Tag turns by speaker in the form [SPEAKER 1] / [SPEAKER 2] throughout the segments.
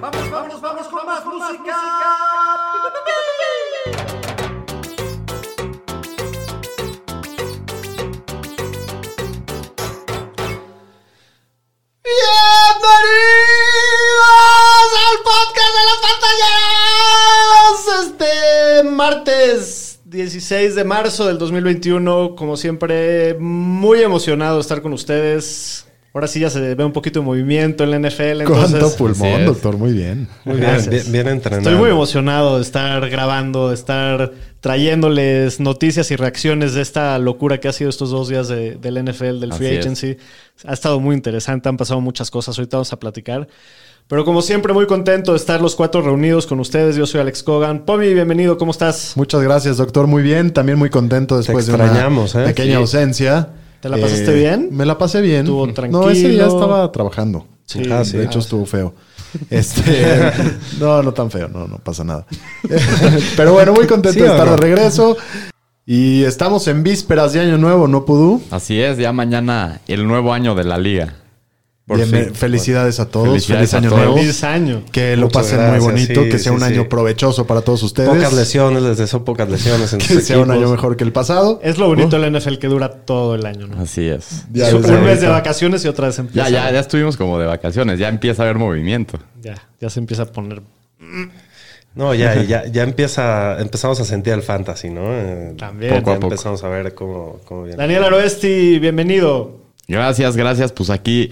[SPEAKER 1] Vamos, vamos, vamos con más música.
[SPEAKER 2] Bienvenidos al podcast de los pantalleros. Este martes 16 de marzo del 2021, como siempre, muy emocionado de estar con ustedes. Ahora sí ya se ve un poquito de movimiento en la NFL.
[SPEAKER 3] Cuánto
[SPEAKER 2] Entonces,
[SPEAKER 3] pulmón,
[SPEAKER 4] es.
[SPEAKER 3] doctor, muy bien.
[SPEAKER 4] Muy bien,
[SPEAKER 2] Gracias.
[SPEAKER 4] bien, bien entrenado.
[SPEAKER 2] estoy muy emocionado de estar grabando, de estar trayéndoles noticias y reacciones de esta locura que ha sido estos dos días de- del NFL, del Free
[SPEAKER 4] Así es.
[SPEAKER 2] Agency. Ha estado muy interesante, han pasado muchas cosas, ahorita vamos a platicar. Pero como siempre, muy contento de estar los cuatro reunidos con ustedes. Yo soy Alex Cogan. Pomi, bienvenido, ¿cómo estás?
[SPEAKER 3] Muchas gracias, doctor, muy bien. También muy contento después de una
[SPEAKER 4] extrañamos, ¿eh?
[SPEAKER 3] pequeña
[SPEAKER 4] Sí.
[SPEAKER 3] ausencia. Eh,
[SPEAKER 2] ¿Te la pasaste bien?
[SPEAKER 3] Me la pasé bien.
[SPEAKER 2] Estuvo
[SPEAKER 3] No, ese
[SPEAKER 2] tranquilo.
[SPEAKER 3] día estaba trabajando.
[SPEAKER 2] Sí.
[SPEAKER 4] Ah, sí.
[SPEAKER 3] De hecho, estuvo feo. Este, no, no tan feo, no, no pasa nada. Pero bueno, muy contento
[SPEAKER 4] ¿Sí
[SPEAKER 3] de
[SPEAKER 4] o
[SPEAKER 3] estar
[SPEAKER 4] no?
[SPEAKER 3] de regreso. Y estamos en vísperas de Año Nuevo, ¿no, Pudú?
[SPEAKER 5] Así es, ya mañana el nuevo año de la liga. Por
[SPEAKER 3] Bien,
[SPEAKER 5] fin.
[SPEAKER 3] felicidades a todos.
[SPEAKER 5] Felicidades
[SPEAKER 3] Feliz
[SPEAKER 5] a
[SPEAKER 3] Año
[SPEAKER 5] todos.
[SPEAKER 3] Nuevo.
[SPEAKER 2] Feliz año.
[SPEAKER 3] Que lo
[SPEAKER 4] Muchas
[SPEAKER 3] pasen muy
[SPEAKER 4] gracias,
[SPEAKER 3] bonito,
[SPEAKER 4] sí,
[SPEAKER 3] que sea
[SPEAKER 4] sí,
[SPEAKER 3] un
[SPEAKER 4] sí.
[SPEAKER 3] año provechoso para todos ustedes.
[SPEAKER 4] Pocas lesiones, les deseo pocas lesiones en
[SPEAKER 3] que
[SPEAKER 4] sus
[SPEAKER 3] sea un año
[SPEAKER 4] equipos.
[SPEAKER 3] mejor que el pasado.
[SPEAKER 2] Es lo bonito de la NFL que dura todo el año, ¿no?
[SPEAKER 5] Así es.
[SPEAKER 3] Ya
[SPEAKER 2] Es un
[SPEAKER 3] ves,
[SPEAKER 2] mes de
[SPEAKER 4] ahorita.
[SPEAKER 2] vacaciones y otra vez empieza.
[SPEAKER 5] Ya, ya, ya estuvimos como de vacaciones, ya empieza a haber movimiento.
[SPEAKER 2] Ya, ya se empieza a poner.
[SPEAKER 4] No, ya, ya, ya empieza, empezamos a sentir el fantasy, ¿no? Eh,
[SPEAKER 2] También. Poco
[SPEAKER 5] a
[SPEAKER 4] ya
[SPEAKER 5] poco.
[SPEAKER 4] empezamos a ver cómo, cómo viene.
[SPEAKER 2] Daniel Aroesti, bienvenido.
[SPEAKER 5] Gracias, gracias. Pues aquí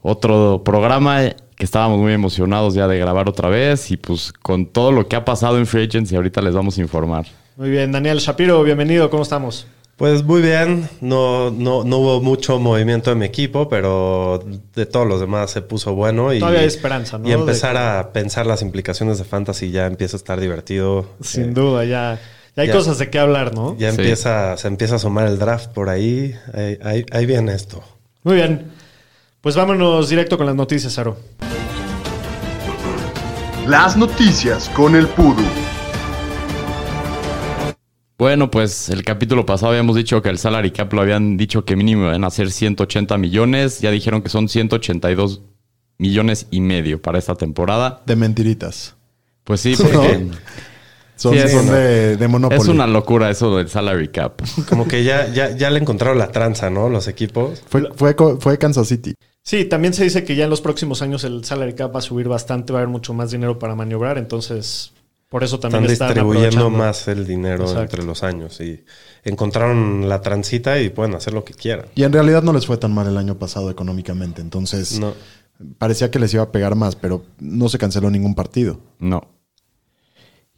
[SPEAKER 5] otro programa que estábamos muy emocionados ya de grabar otra vez y pues con todo lo que ha pasado en Free Agency ahorita les vamos a informar.
[SPEAKER 2] Muy bien, Daniel Shapiro, bienvenido, ¿cómo estamos?
[SPEAKER 4] Pues muy bien, no, no, no hubo mucho movimiento en mi equipo, pero de todos los demás se puso bueno y
[SPEAKER 2] Todavía hay esperanza, ¿no?
[SPEAKER 4] Y empezar
[SPEAKER 2] De-
[SPEAKER 4] a pensar las implicaciones de fantasy ya empieza a estar divertido.
[SPEAKER 2] Sin
[SPEAKER 4] Eh,
[SPEAKER 2] duda, ya, ya hay
[SPEAKER 4] ya.
[SPEAKER 2] cosas de qué hablar, ¿no?
[SPEAKER 4] Ya
[SPEAKER 5] Sí.
[SPEAKER 4] empieza, se empieza a asomar el draft por ahí. Ahí, ahí, ahí viene esto.
[SPEAKER 2] Muy bien. Pues vámonos directo con las noticias, Aro.
[SPEAKER 6] Las noticias con el Pudu.
[SPEAKER 5] Bueno, pues el capítulo pasado habíamos dicho que el salary cap lo habían dicho que mínimo iban a ser 180 millones, ya dijeron que son 182 millones y medio para esta temporada.
[SPEAKER 3] De mentiritas.
[SPEAKER 5] Pues sí,
[SPEAKER 3] No.
[SPEAKER 5] porque
[SPEAKER 3] Son,
[SPEAKER 5] Sí, es
[SPEAKER 3] son
[SPEAKER 5] una-
[SPEAKER 3] de, de Monopoly.
[SPEAKER 5] es una locura eso del salary cap.
[SPEAKER 4] Como que ya, ya, ya le encontraron la tranza, ¿no? Los equipos.
[SPEAKER 3] Fue, fue, co- fue Kansas City.
[SPEAKER 2] Sí, también se dice que ya en los próximos años el salary cap va a subir bastante, va a haber mucho más dinero para maniobrar, entonces por eso
[SPEAKER 4] Están
[SPEAKER 2] también están
[SPEAKER 4] distribuyendo
[SPEAKER 2] aprovechando.
[SPEAKER 4] más el dinero
[SPEAKER 2] Exacto.
[SPEAKER 4] entre los años y encontraron la transita y pueden hacer lo que quieran.
[SPEAKER 3] Y en realidad no les fue tan mal el año pasado económicamente. Entonces
[SPEAKER 4] No.
[SPEAKER 3] parecía que les iba a pegar más, pero no se canceló ningún partido.
[SPEAKER 5] No.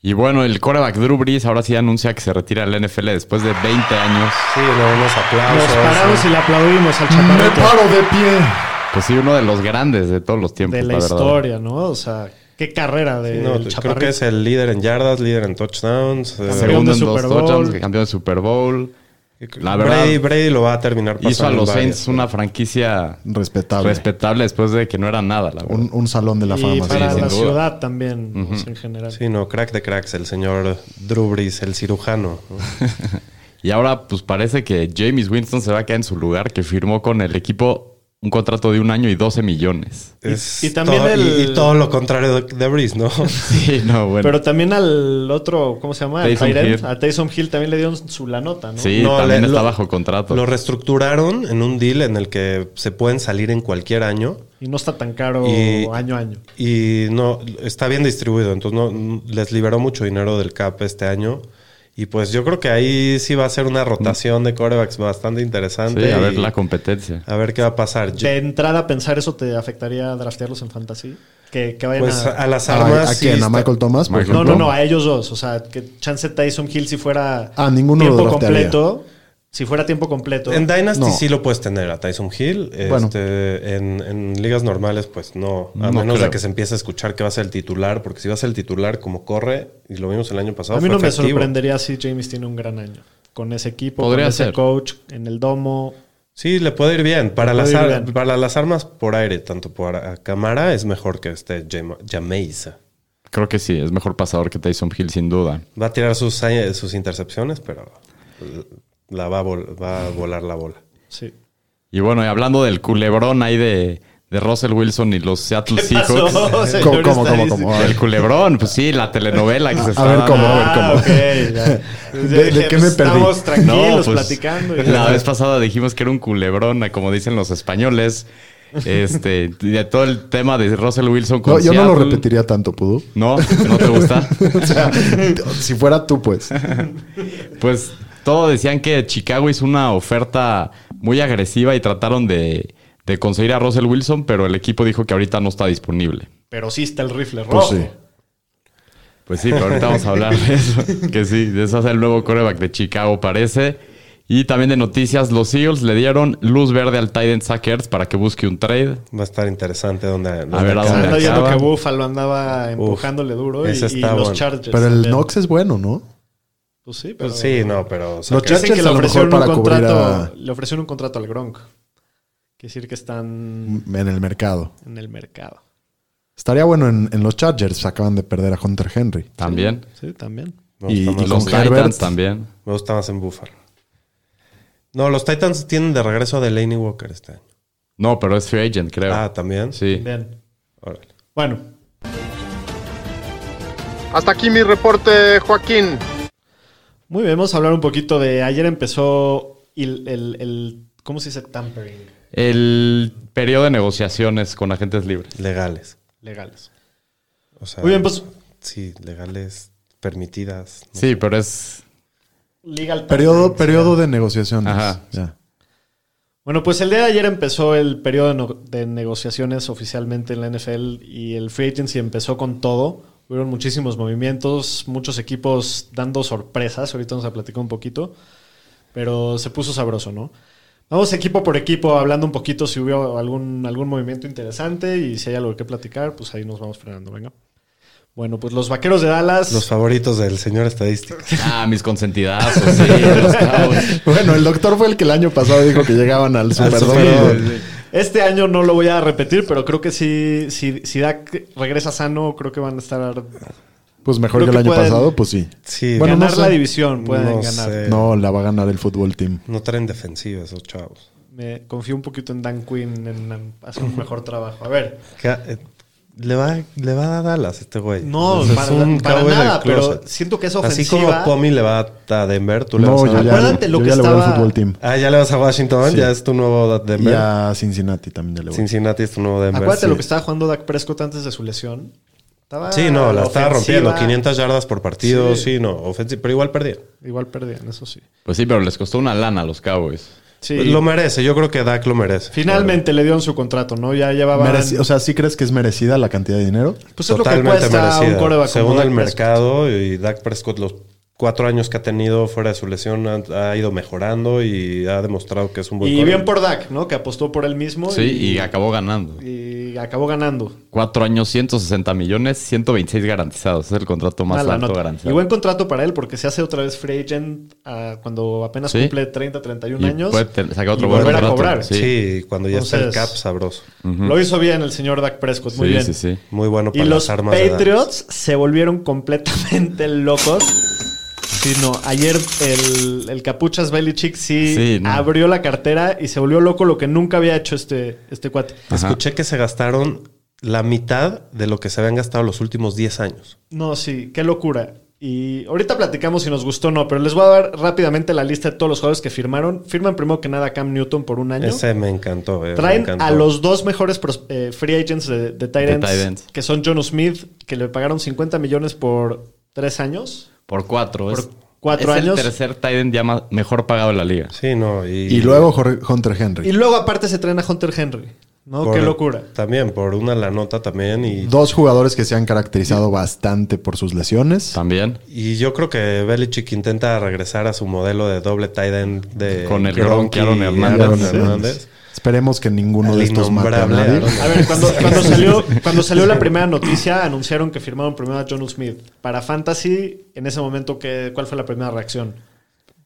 [SPEAKER 5] Y bueno, el coreback Drew Brees ahora sí anuncia que se retira del NFL después de 20 años.
[SPEAKER 4] Sí, no, unos
[SPEAKER 2] Nos
[SPEAKER 4] aplausos.
[SPEAKER 2] paramos y le aplaudimos al
[SPEAKER 3] Me
[SPEAKER 2] chaparrito
[SPEAKER 3] paro de pie.
[SPEAKER 5] Pues sí, uno de los grandes de todos los tiempos.
[SPEAKER 2] de la
[SPEAKER 5] verdad.
[SPEAKER 2] historia, ¿no? O sea, qué carrera
[SPEAKER 4] Sí,
[SPEAKER 2] del
[SPEAKER 4] no, pues, creo
[SPEAKER 2] chaparrito.
[SPEAKER 4] que es el líder en yardas, líder en touchdowns. eh,
[SPEAKER 2] Campeón de
[SPEAKER 5] Segundo en dos
[SPEAKER 2] Super Bowl.
[SPEAKER 5] touchdowns, campeón de Super Bowl. La verdad,
[SPEAKER 4] Brady, Brady lo va a terminar pasando.
[SPEAKER 5] hizo a los
[SPEAKER 4] en varias.
[SPEAKER 5] Saints una franquicia
[SPEAKER 3] Respetable.
[SPEAKER 5] respetable después de que no era nada, la verdad.
[SPEAKER 3] un, un salón de la
[SPEAKER 2] y
[SPEAKER 3] fama. sí,
[SPEAKER 2] para
[SPEAKER 3] sin
[SPEAKER 2] la
[SPEAKER 3] duda.
[SPEAKER 2] ciudad también, o sea, en general.
[SPEAKER 4] Sí, no, crack de cracks, el señor Drew Brees, el cirujano. ¿no?
[SPEAKER 5] Y ahora, pues parece que James Winston se va a quedar en su lugar, que firmó con el equipo un contrato de un año y 12 millones.
[SPEAKER 4] Es
[SPEAKER 2] y también
[SPEAKER 4] todo, y-
[SPEAKER 2] el-
[SPEAKER 4] y todo lo contrario de, de Brees, ¿no?
[SPEAKER 5] Sí, no, bueno.
[SPEAKER 2] Pero también al otro, ¿cómo se llama? Al
[SPEAKER 5] Taysom
[SPEAKER 2] tight end,
[SPEAKER 5] Hill.
[SPEAKER 2] A Taysom Hill también le dieron su la nota, ¿no?
[SPEAKER 5] sí,
[SPEAKER 4] No,
[SPEAKER 5] también
[SPEAKER 4] le-
[SPEAKER 5] está
[SPEAKER 4] lo-
[SPEAKER 5] bajo contrato.
[SPEAKER 4] Lo reestructuraron en un deal en el que se pueden salir en cualquier año
[SPEAKER 2] Y no está tan caro
[SPEAKER 4] Y-
[SPEAKER 2] año a año.
[SPEAKER 4] y no está bien distribuido, entonces no les liberó mucho dinero del cap este año y pues yo creo que ahí sí va a ser una rotación de corebacks bastante interesante.
[SPEAKER 5] Sí, a ver
[SPEAKER 4] y
[SPEAKER 5] la competencia.
[SPEAKER 4] a ver qué va a pasar. Yo-
[SPEAKER 2] De entrada, pensar eso te afectaría draftearlos en fantasy. Que, que vayan
[SPEAKER 4] pues
[SPEAKER 2] a.
[SPEAKER 4] a las
[SPEAKER 3] ¿A-
[SPEAKER 4] armas
[SPEAKER 3] ¿A,
[SPEAKER 4] sí
[SPEAKER 3] quién? ¿A
[SPEAKER 4] está-
[SPEAKER 3] Michael Thomas? Pues, por
[SPEAKER 5] Michael
[SPEAKER 2] No,
[SPEAKER 3] ejemplo?
[SPEAKER 2] no, no, a ellos dos. O sea, que chance Tyson Hill si fuera
[SPEAKER 3] Ah, ninguno lo
[SPEAKER 2] tiempo
[SPEAKER 3] draftearía.
[SPEAKER 2] completo. Si fuera tiempo completo.
[SPEAKER 4] En Dynasty
[SPEAKER 3] No.
[SPEAKER 4] sí lo puedes tener a Tyson Hill.
[SPEAKER 3] Bueno.
[SPEAKER 4] Este, en, en ligas normales, pues no. A
[SPEAKER 5] No
[SPEAKER 4] menos de
[SPEAKER 5] creo.
[SPEAKER 4] que se empiece a escuchar que va a ser el titular, porque si va a ser el titular como corre, y lo vimos el año pasado.
[SPEAKER 2] a mí
[SPEAKER 4] fue
[SPEAKER 2] no me
[SPEAKER 4] efectivo.
[SPEAKER 2] sorprendería si James tiene un gran año. Con ese equipo,
[SPEAKER 5] Podría
[SPEAKER 2] con ese
[SPEAKER 5] ser.
[SPEAKER 2] coach, en el domo.
[SPEAKER 4] Sí, le puede ir bien. Para, las,
[SPEAKER 2] puede ir
[SPEAKER 4] ar-
[SPEAKER 2] bien.
[SPEAKER 4] para las armas por aire, tanto por a- cámara, es mejor que este Jama- Jameisa.
[SPEAKER 5] Creo que sí, es mejor pasador que Tyson Hill, sin duda.
[SPEAKER 4] Va a tirar sus, a- sus intercepciones, pero la va a, vol- va a volar la bola.
[SPEAKER 2] Sí.
[SPEAKER 5] Y bueno, y hablando del culebrón ahí de, de Russell Wilson y los Seattle Seahawks.
[SPEAKER 2] Pasó, señor
[SPEAKER 3] ¿Cómo, cómo, cómo,
[SPEAKER 2] estadístico.
[SPEAKER 3] cómo? A
[SPEAKER 5] El
[SPEAKER 3] ver,
[SPEAKER 5] culebrón, pues sí, la telenovela que se está
[SPEAKER 3] a ver
[SPEAKER 5] dando.
[SPEAKER 3] cómo, a ver
[SPEAKER 2] Ah,
[SPEAKER 3] cómo.
[SPEAKER 2] ok, ya. Pues ya
[SPEAKER 3] ¿De-
[SPEAKER 2] dije,
[SPEAKER 3] de qué
[SPEAKER 2] pues
[SPEAKER 3] me perdí?
[SPEAKER 2] Estamos tranquilos
[SPEAKER 5] pues,
[SPEAKER 2] platicando. y-
[SPEAKER 5] La vez pasada dijimos que era un culebrón, como dicen los españoles. Este, y de todo el tema de Russell Wilson con
[SPEAKER 3] No, yo no lo
[SPEAKER 5] Seattle.
[SPEAKER 3] repetiría tanto, ¿pudo?
[SPEAKER 5] No, no te gusta.
[SPEAKER 3] O sea, si fuera tú, pues.
[SPEAKER 5] Pues todo decían que Chicago hizo una oferta muy agresiva y trataron de, de conseguir a Russell Wilson, pero el equipo dijo que ahorita no está disponible.
[SPEAKER 2] Pero sí está el rifle rojo.
[SPEAKER 3] Pues sí.
[SPEAKER 5] Pues sí, pero ahorita vamos a hablar de eso. Que sí, de eso es el nuevo coreback de Chicago, parece. Y también de noticias, los Eagles le dieron luz verde al Titan Sackers para que busque un trade.
[SPEAKER 4] Va a estar interesante donde...
[SPEAKER 5] A ver, ¿a
[SPEAKER 2] Se
[SPEAKER 5] dónde
[SPEAKER 2] anda diciendo
[SPEAKER 5] acaba?
[SPEAKER 2] que Buffalo andaba empujándole duro y,
[SPEAKER 4] ese
[SPEAKER 2] y
[SPEAKER 4] está
[SPEAKER 2] los
[SPEAKER 4] bueno.
[SPEAKER 2] Chargers.
[SPEAKER 3] Pero el
[SPEAKER 2] también.
[SPEAKER 3] Knox es bueno, ¿no?
[SPEAKER 2] Pues sí, pero.
[SPEAKER 4] Pues sí, no, pero... o sea,
[SPEAKER 3] Los
[SPEAKER 4] que-
[SPEAKER 2] Dicen que
[SPEAKER 3] Chargers
[SPEAKER 2] le
[SPEAKER 3] a lo mejor
[SPEAKER 2] ofrecieron un
[SPEAKER 3] para cubrir
[SPEAKER 2] contrato.
[SPEAKER 3] a-
[SPEAKER 2] Le ofrecieron un contrato al Gronk. Quiere decir que están
[SPEAKER 3] en el mercado.
[SPEAKER 2] en el mercado.
[SPEAKER 3] Estaría bueno en, en los Chargers. Acaban de perder a Hunter Henry.
[SPEAKER 5] También.
[SPEAKER 2] Sí, también.
[SPEAKER 4] me gusta
[SPEAKER 3] y- y
[SPEAKER 4] más
[SPEAKER 3] los
[SPEAKER 5] Los
[SPEAKER 4] en-
[SPEAKER 3] Herbert.
[SPEAKER 5] Titans también.
[SPEAKER 4] Me gusta más en Buffalo. No, los Titans tienen de regreso a Delaney Walker este año.
[SPEAKER 5] No, pero es free agent, creo.
[SPEAKER 4] Ah, ¿también?
[SPEAKER 5] sí.
[SPEAKER 2] Bien.
[SPEAKER 4] Órale.
[SPEAKER 2] Bueno,
[SPEAKER 7] Hasta aquí mi reporte, Joaquín.
[SPEAKER 2] muy bien. Vamos a hablar un poquito de. Ayer empezó el. el- el- ¿Cómo se dice? Tampering.
[SPEAKER 5] El periodo de negociaciones con agentes libres.
[SPEAKER 4] Legales.
[SPEAKER 2] Legales.
[SPEAKER 4] O
[SPEAKER 3] Ah.
[SPEAKER 4] sea,
[SPEAKER 2] Muy bien, pues.
[SPEAKER 4] Sí, legales permitidas. ¿no?
[SPEAKER 5] Sí, pero es.
[SPEAKER 2] Legal
[SPEAKER 3] Periodo,
[SPEAKER 2] tampering.
[SPEAKER 3] periodo de negociaciones.
[SPEAKER 5] Ajá.
[SPEAKER 3] Ya.
[SPEAKER 2] Bueno, pues el día de ayer empezó el periodo de, no- de negociaciones oficialmente en la NFL y el free agency empezó con todo. Hubieron muchísimos movimientos, muchos equipos dando sorpresas. Ahorita vamos a platicar un poquito, pero se puso sabroso, ¿no? Vamos equipo por equipo hablando un poquito si hubo algún, algún movimiento interesante y si hay algo que platicar, pues ahí nos vamos frenando, venga. Bueno, pues los vaqueros de Dallas.
[SPEAKER 4] Los favoritos del señor estadístico.
[SPEAKER 5] Ah, mis consentidazos. Sí, los Cowboys.
[SPEAKER 3] Bueno, el doctor fue el que el año pasado dijo que llegaban
[SPEAKER 4] Ah,
[SPEAKER 3] al Superdome.
[SPEAKER 4] Superdome.
[SPEAKER 2] Este año no lo voy a repetir, pero creo que si, si, si Dak regresa sano, creo que van a estar
[SPEAKER 3] Pues mejor
[SPEAKER 2] Creo
[SPEAKER 3] que el
[SPEAKER 2] que
[SPEAKER 3] año
[SPEAKER 2] pueden-
[SPEAKER 3] pasado, pues sí.
[SPEAKER 4] Sí,
[SPEAKER 3] Bueno,
[SPEAKER 2] ganar
[SPEAKER 3] no sé.
[SPEAKER 2] la división, pueden
[SPEAKER 4] no
[SPEAKER 2] ganar.
[SPEAKER 4] sé.
[SPEAKER 3] No, la va a ganar el fútbol team.
[SPEAKER 4] No traen defensiva esos chavos.
[SPEAKER 2] Me confío un poquito en Dan Quinn en um, hacer un mejor trabajo. A ver,
[SPEAKER 4] Ca- eh, Le va, le va a Dallas este güey.
[SPEAKER 2] no,
[SPEAKER 4] O sea, es
[SPEAKER 2] para,
[SPEAKER 4] un
[SPEAKER 2] para
[SPEAKER 4] cowboy del
[SPEAKER 2] nada, pero
[SPEAKER 4] closet.
[SPEAKER 2] siento que es
[SPEAKER 4] Así
[SPEAKER 2] ofensiva.
[SPEAKER 4] como Pomi le va a Denver, tú le
[SPEAKER 3] No,
[SPEAKER 4] vas a
[SPEAKER 3] yo ya,
[SPEAKER 2] Acuérdate lo
[SPEAKER 3] yo
[SPEAKER 2] que
[SPEAKER 3] ya le voy al
[SPEAKER 2] estaba-
[SPEAKER 3] fútbol team.
[SPEAKER 4] Ah, ya le vas a Washington,
[SPEAKER 3] Sí.
[SPEAKER 4] ya es tu nuevo
[SPEAKER 3] Y
[SPEAKER 4] Denver.
[SPEAKER 3] a Cincinnati también ya le voy.
[SPEAKER 4] Cincinnati es tu nuevo Denver.
[SPEAKER 2] Acuérdate
[SPEAKER 4] sí.
[SPEAKER 2] lo que estaba jugando Dak Prescott antes de su lesión. Estaba
[SPEAKER 4] Sí, no, la estaba
[SPEAKER 2] ofensiva.
[SPEAKER 4] rompiendo. 500 yardas por partido,
[SPEAKER 2] Sí.
[SPEAKER 4] sí, no, ofensiva, pero igual perdía.
[SPEAKER 2] Igual perdían, eso sí.
[SPEAKER 5] Pues sí, pero les costó una lana a los Cowboys.
[SPEAKER 2] Sí.
[SPEAKER 4] Pues Lo merece, yo creo que Dak lo merece.
[SPEAKER 2] Finalmente le dieron su contrato, ¿no? Ya llevaban.
[SPEAKER 3] Mereci- o sea, ¿sí crees que es merecida la cantidad de dinero?
[SPEAKER 2] pues es lo que cuesta un coreback.
[SPEAKER 4] Según el mercado, y Dak Prescott, los cuatro años que ha tenido fuera de su lesión, ha, ha ido mejorando y ha demostrado que es un buen
[SPEAKER 2] Y
[SPEAKER 4] coreback.
[SPEAKER 2] bien por Dak, ¿no? Que apostó por él mismo.
[SPEAKER 5] Sí, y acabó ganando.
[SPEAKER 2] y acabó ganando.
[SPEAKER 5] Cuatro años, 160 millones, 126 garantizados. Es el contrato más
[SPEAKER 2] Mala
[SPEAKER 5] alto
[SPEAKER 2] nota.
[SPEAKER 5] garantizado.
[SPEAKER 2] Y buen contrato para él porque se hace otra vez free agent ah, cuando apenas
[SPEAKER 5] Sí.
[SPEAKER 2] cumple 30, 31
[SPEAKER 5] Y
[SPEAKER 2] años.
[SPEAKER 5] puede te- sacar otro
[SPEAKER 2] y
[SPEAKER 5] buen
[SPEAKER 2] volver a
[SPEAKER 5] contrato.
[SPEAKER 2] cobrar.
[SPEAKER 5] Sí.
[SPEAKER 4] Sí, cuando ya está el
[SPEAKER 2] Entonces-
[SPEAKER 4] cap sabroso.
[SPEAKER 2] Lo hizo bien el señor Dak Prescott, muy
[SPEAKER 5] sí,
[SPEAKER 2] bien.
[SPEAKER 5] sí, sí.
[SPEAKER 4] Muy bueno para
[SPEAKER 2] Y los
[SPEAKER 4] las armas de Dak.
[SPEAKER 2] Patriots se volvieron completamente locos. Sí, no, ayer el, el capuchas Belichick sí,
[SPEAKER 5] Sí, no.
[SPEAKER 2] abrió la cartera y se volvió loco lo que nunca había hecho este, este cuate.
[SPEAKER 4] Escuché que se gastaron la mitad de lo que se habían gastado los últimos 10 años.
[SPEAKER 2] No, sí, qué locura. Y ahorita platicamos si nos gustó o no, pero les voy a dar rápidamente la lista de todos los jugadores que firmaron. Firman primero que nada a Cam Newton por un año.
[SPEAKER 4] Ese me encantó. eh, me
[SPEAKER 2] Traen
[SPEAKER 4] encantó.
[SPEAKER 2] a los dos mejores pros- eh, free agents de, de tight
[SPEAKER 5] De
[SPEAKER 2] ends,
[SPEAKER 5] tight ends.
[SPEAKER 2] que son John Smith, que le pagaron 50 millones por tres años.
[SPEAKER 5] Por cuatro.
[SPEAKER 2] Por
[SPEAKER 5] es,
[SPEAKER 2] cuatro
[SPEAKER 5] es
[SPEAKER 2] años.
[SPEAKER 5] el tercer tight end ya ma- mejor pagado de la liga.
[SPEAKER 4] Sí, no. Y,
[SPEAKER 3] Y luego Jorge- Hunter
[SPEAKER 2] Y
[SPEAKER 3] Henry.
[SPEAKER 2] luego aparte se traen a Hunter Henry. ¿No?
[SPEAKER 4] por-
[SPEAKER 2] qué locura.
[SPEAKER 4] También, por una la nota también. Y,
[SPEAKER 3] Dos jugadores que se han caracterizado bastante por sus lesiones.
[SPEAKER 5] También.
[SPEAKER 4] y yo creo que Belichick intenta regresar a su modelo de doble tight end de
[SPEAKER 5] Con el
[SPEAKER 4] Gronk
[SPEAKER 5] Gronk y Aaron Hernández.
[SPEAKER 4] Aaron
[SPEAKER 3] Sí.
[SPEAKER 4] Hernández.
[SPEAKER 3] Esperemos que ninguno
[SPEAKER 4] Al
[SPEAKER 3] de estos mate a
[SPEAKER 4] innombrable
[SPEAKER 3] nadie.
[SPEAKER 4] Aaron
[SPEAKER 2] A ver, cuando, cuando salió, cuando salió la primera noticia, anunciaron que firmaron primero a John Smith. Para Fantasy, en ese momento, ¿qué, ¿cuál fue la primera reacción?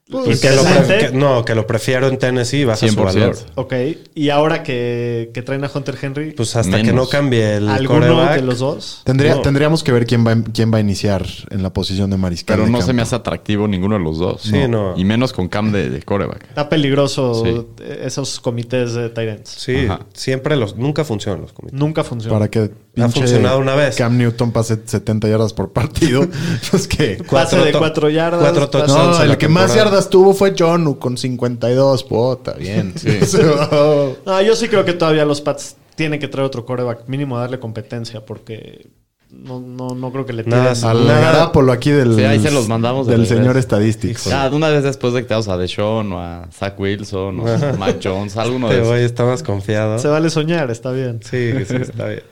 [SPEAKER 4] Y
[SPEAKER 2] Pues,
[SPEAKER 4] que lo pref-
[SPEAKER 2] decente.
[SPEAKER 4] que- no, que lo prefiero en Tennessee baja su
[SPEAKER 5] 100%.
[SPEAKER 4] valor.
[SPEAKER 2] Ok, y ahora que, que traen a Hunter Henry,
[SPEAKER 4] Pues hasta que
[SPEAKER 5] Menos.
[SPEAKER 4] no cambie el
[SPEAKER 2] ¿alguno
[SPEAKER 4] coreback.
[SPEAKER 2] de los dos?
[SPEAKER 3] Tendría,
[SPEAKER 4] No.
[SPEAKER 3] Tendríamos que ver quién va, quién va a iniciar en la posición de mariscal.
[SPEAKER 5] Pero
[SPEAKER 3] de
[SPEAKER 5] no se
[SPEAKER 3] campo.
[SPEAKER 5] me hace atractivo ninguno de los dos.
[SPEAKER 4] Sí, no.
[SPEAKER 5] Y menos con Cam de, de coreback.
[SPEAKER 2] Está peligroso
[SPEAKER 5] Sí.
[SPEAKER 2] eh, esos comités de Tyrants.
[SPEAKER 4] Sí,
[SPEAKER 5] Ajá.
[SPEAKER 4] siempre los. Nunca funcionan los comités.
[SPEAKER 2] Nunca funciona.
[SPEAKER 3] Para que
[SPEAKER 4] funcionado una vez.
[SPEAKER 3] Cam Newton pase 70 yardas por partido. pues que.
[SPEAKER 2] Pase
[SPEAKER 4] Cuatro
[SPEAKER 2] de
[SPEAKER 4] to-
[SPEAKER 2] cuatro yardas.
[SPEAKER 4] cuatro
[SPEAKER 2] pase-
[SPEAKER 4] touchdowns.
[SPEAKER 3] No,
[SPEAKER 4] once
[SPEAKER 3] el
[SPEAKER 4] la
[SPEAKER 3] que más
[SPEAKER 4] temporada.
[SPEAKER 3] yardas tuvo fue Jonu con 52. Puta, bien. Oh.
[SPEAKER 2] No, yo sí creo que todavía los Pats tienen que traer otro coreback, mínimo a darle competencia, porque no, no, no creo que le tiren.
[SPEAKER 4] Nada,
[SPEAKER 3] Al
[SPEAKER 4] Nada.
[SPEAKER 3] Garapolo aquí del.
[SPEAKER 5] Sí, ahí se los mandamos de
[SPEAKER 3] Del
[SPEAKER 5] regreso.
[SPEAKER 3] señor estadístico.
[SPEAKER 5] Ya, una vez después Ah, de que te vas a Deshaun o a Zach Wilson o a Mac Jones, alguno de
[SPEAKER 4] Este
[SPEAKER 5] esos.
[SPEAKER 4] güey está más confiado.
[SPEAKER 2] Se vale soñar, está bien.
[SPEAKER 4] Sí, sí, está bien.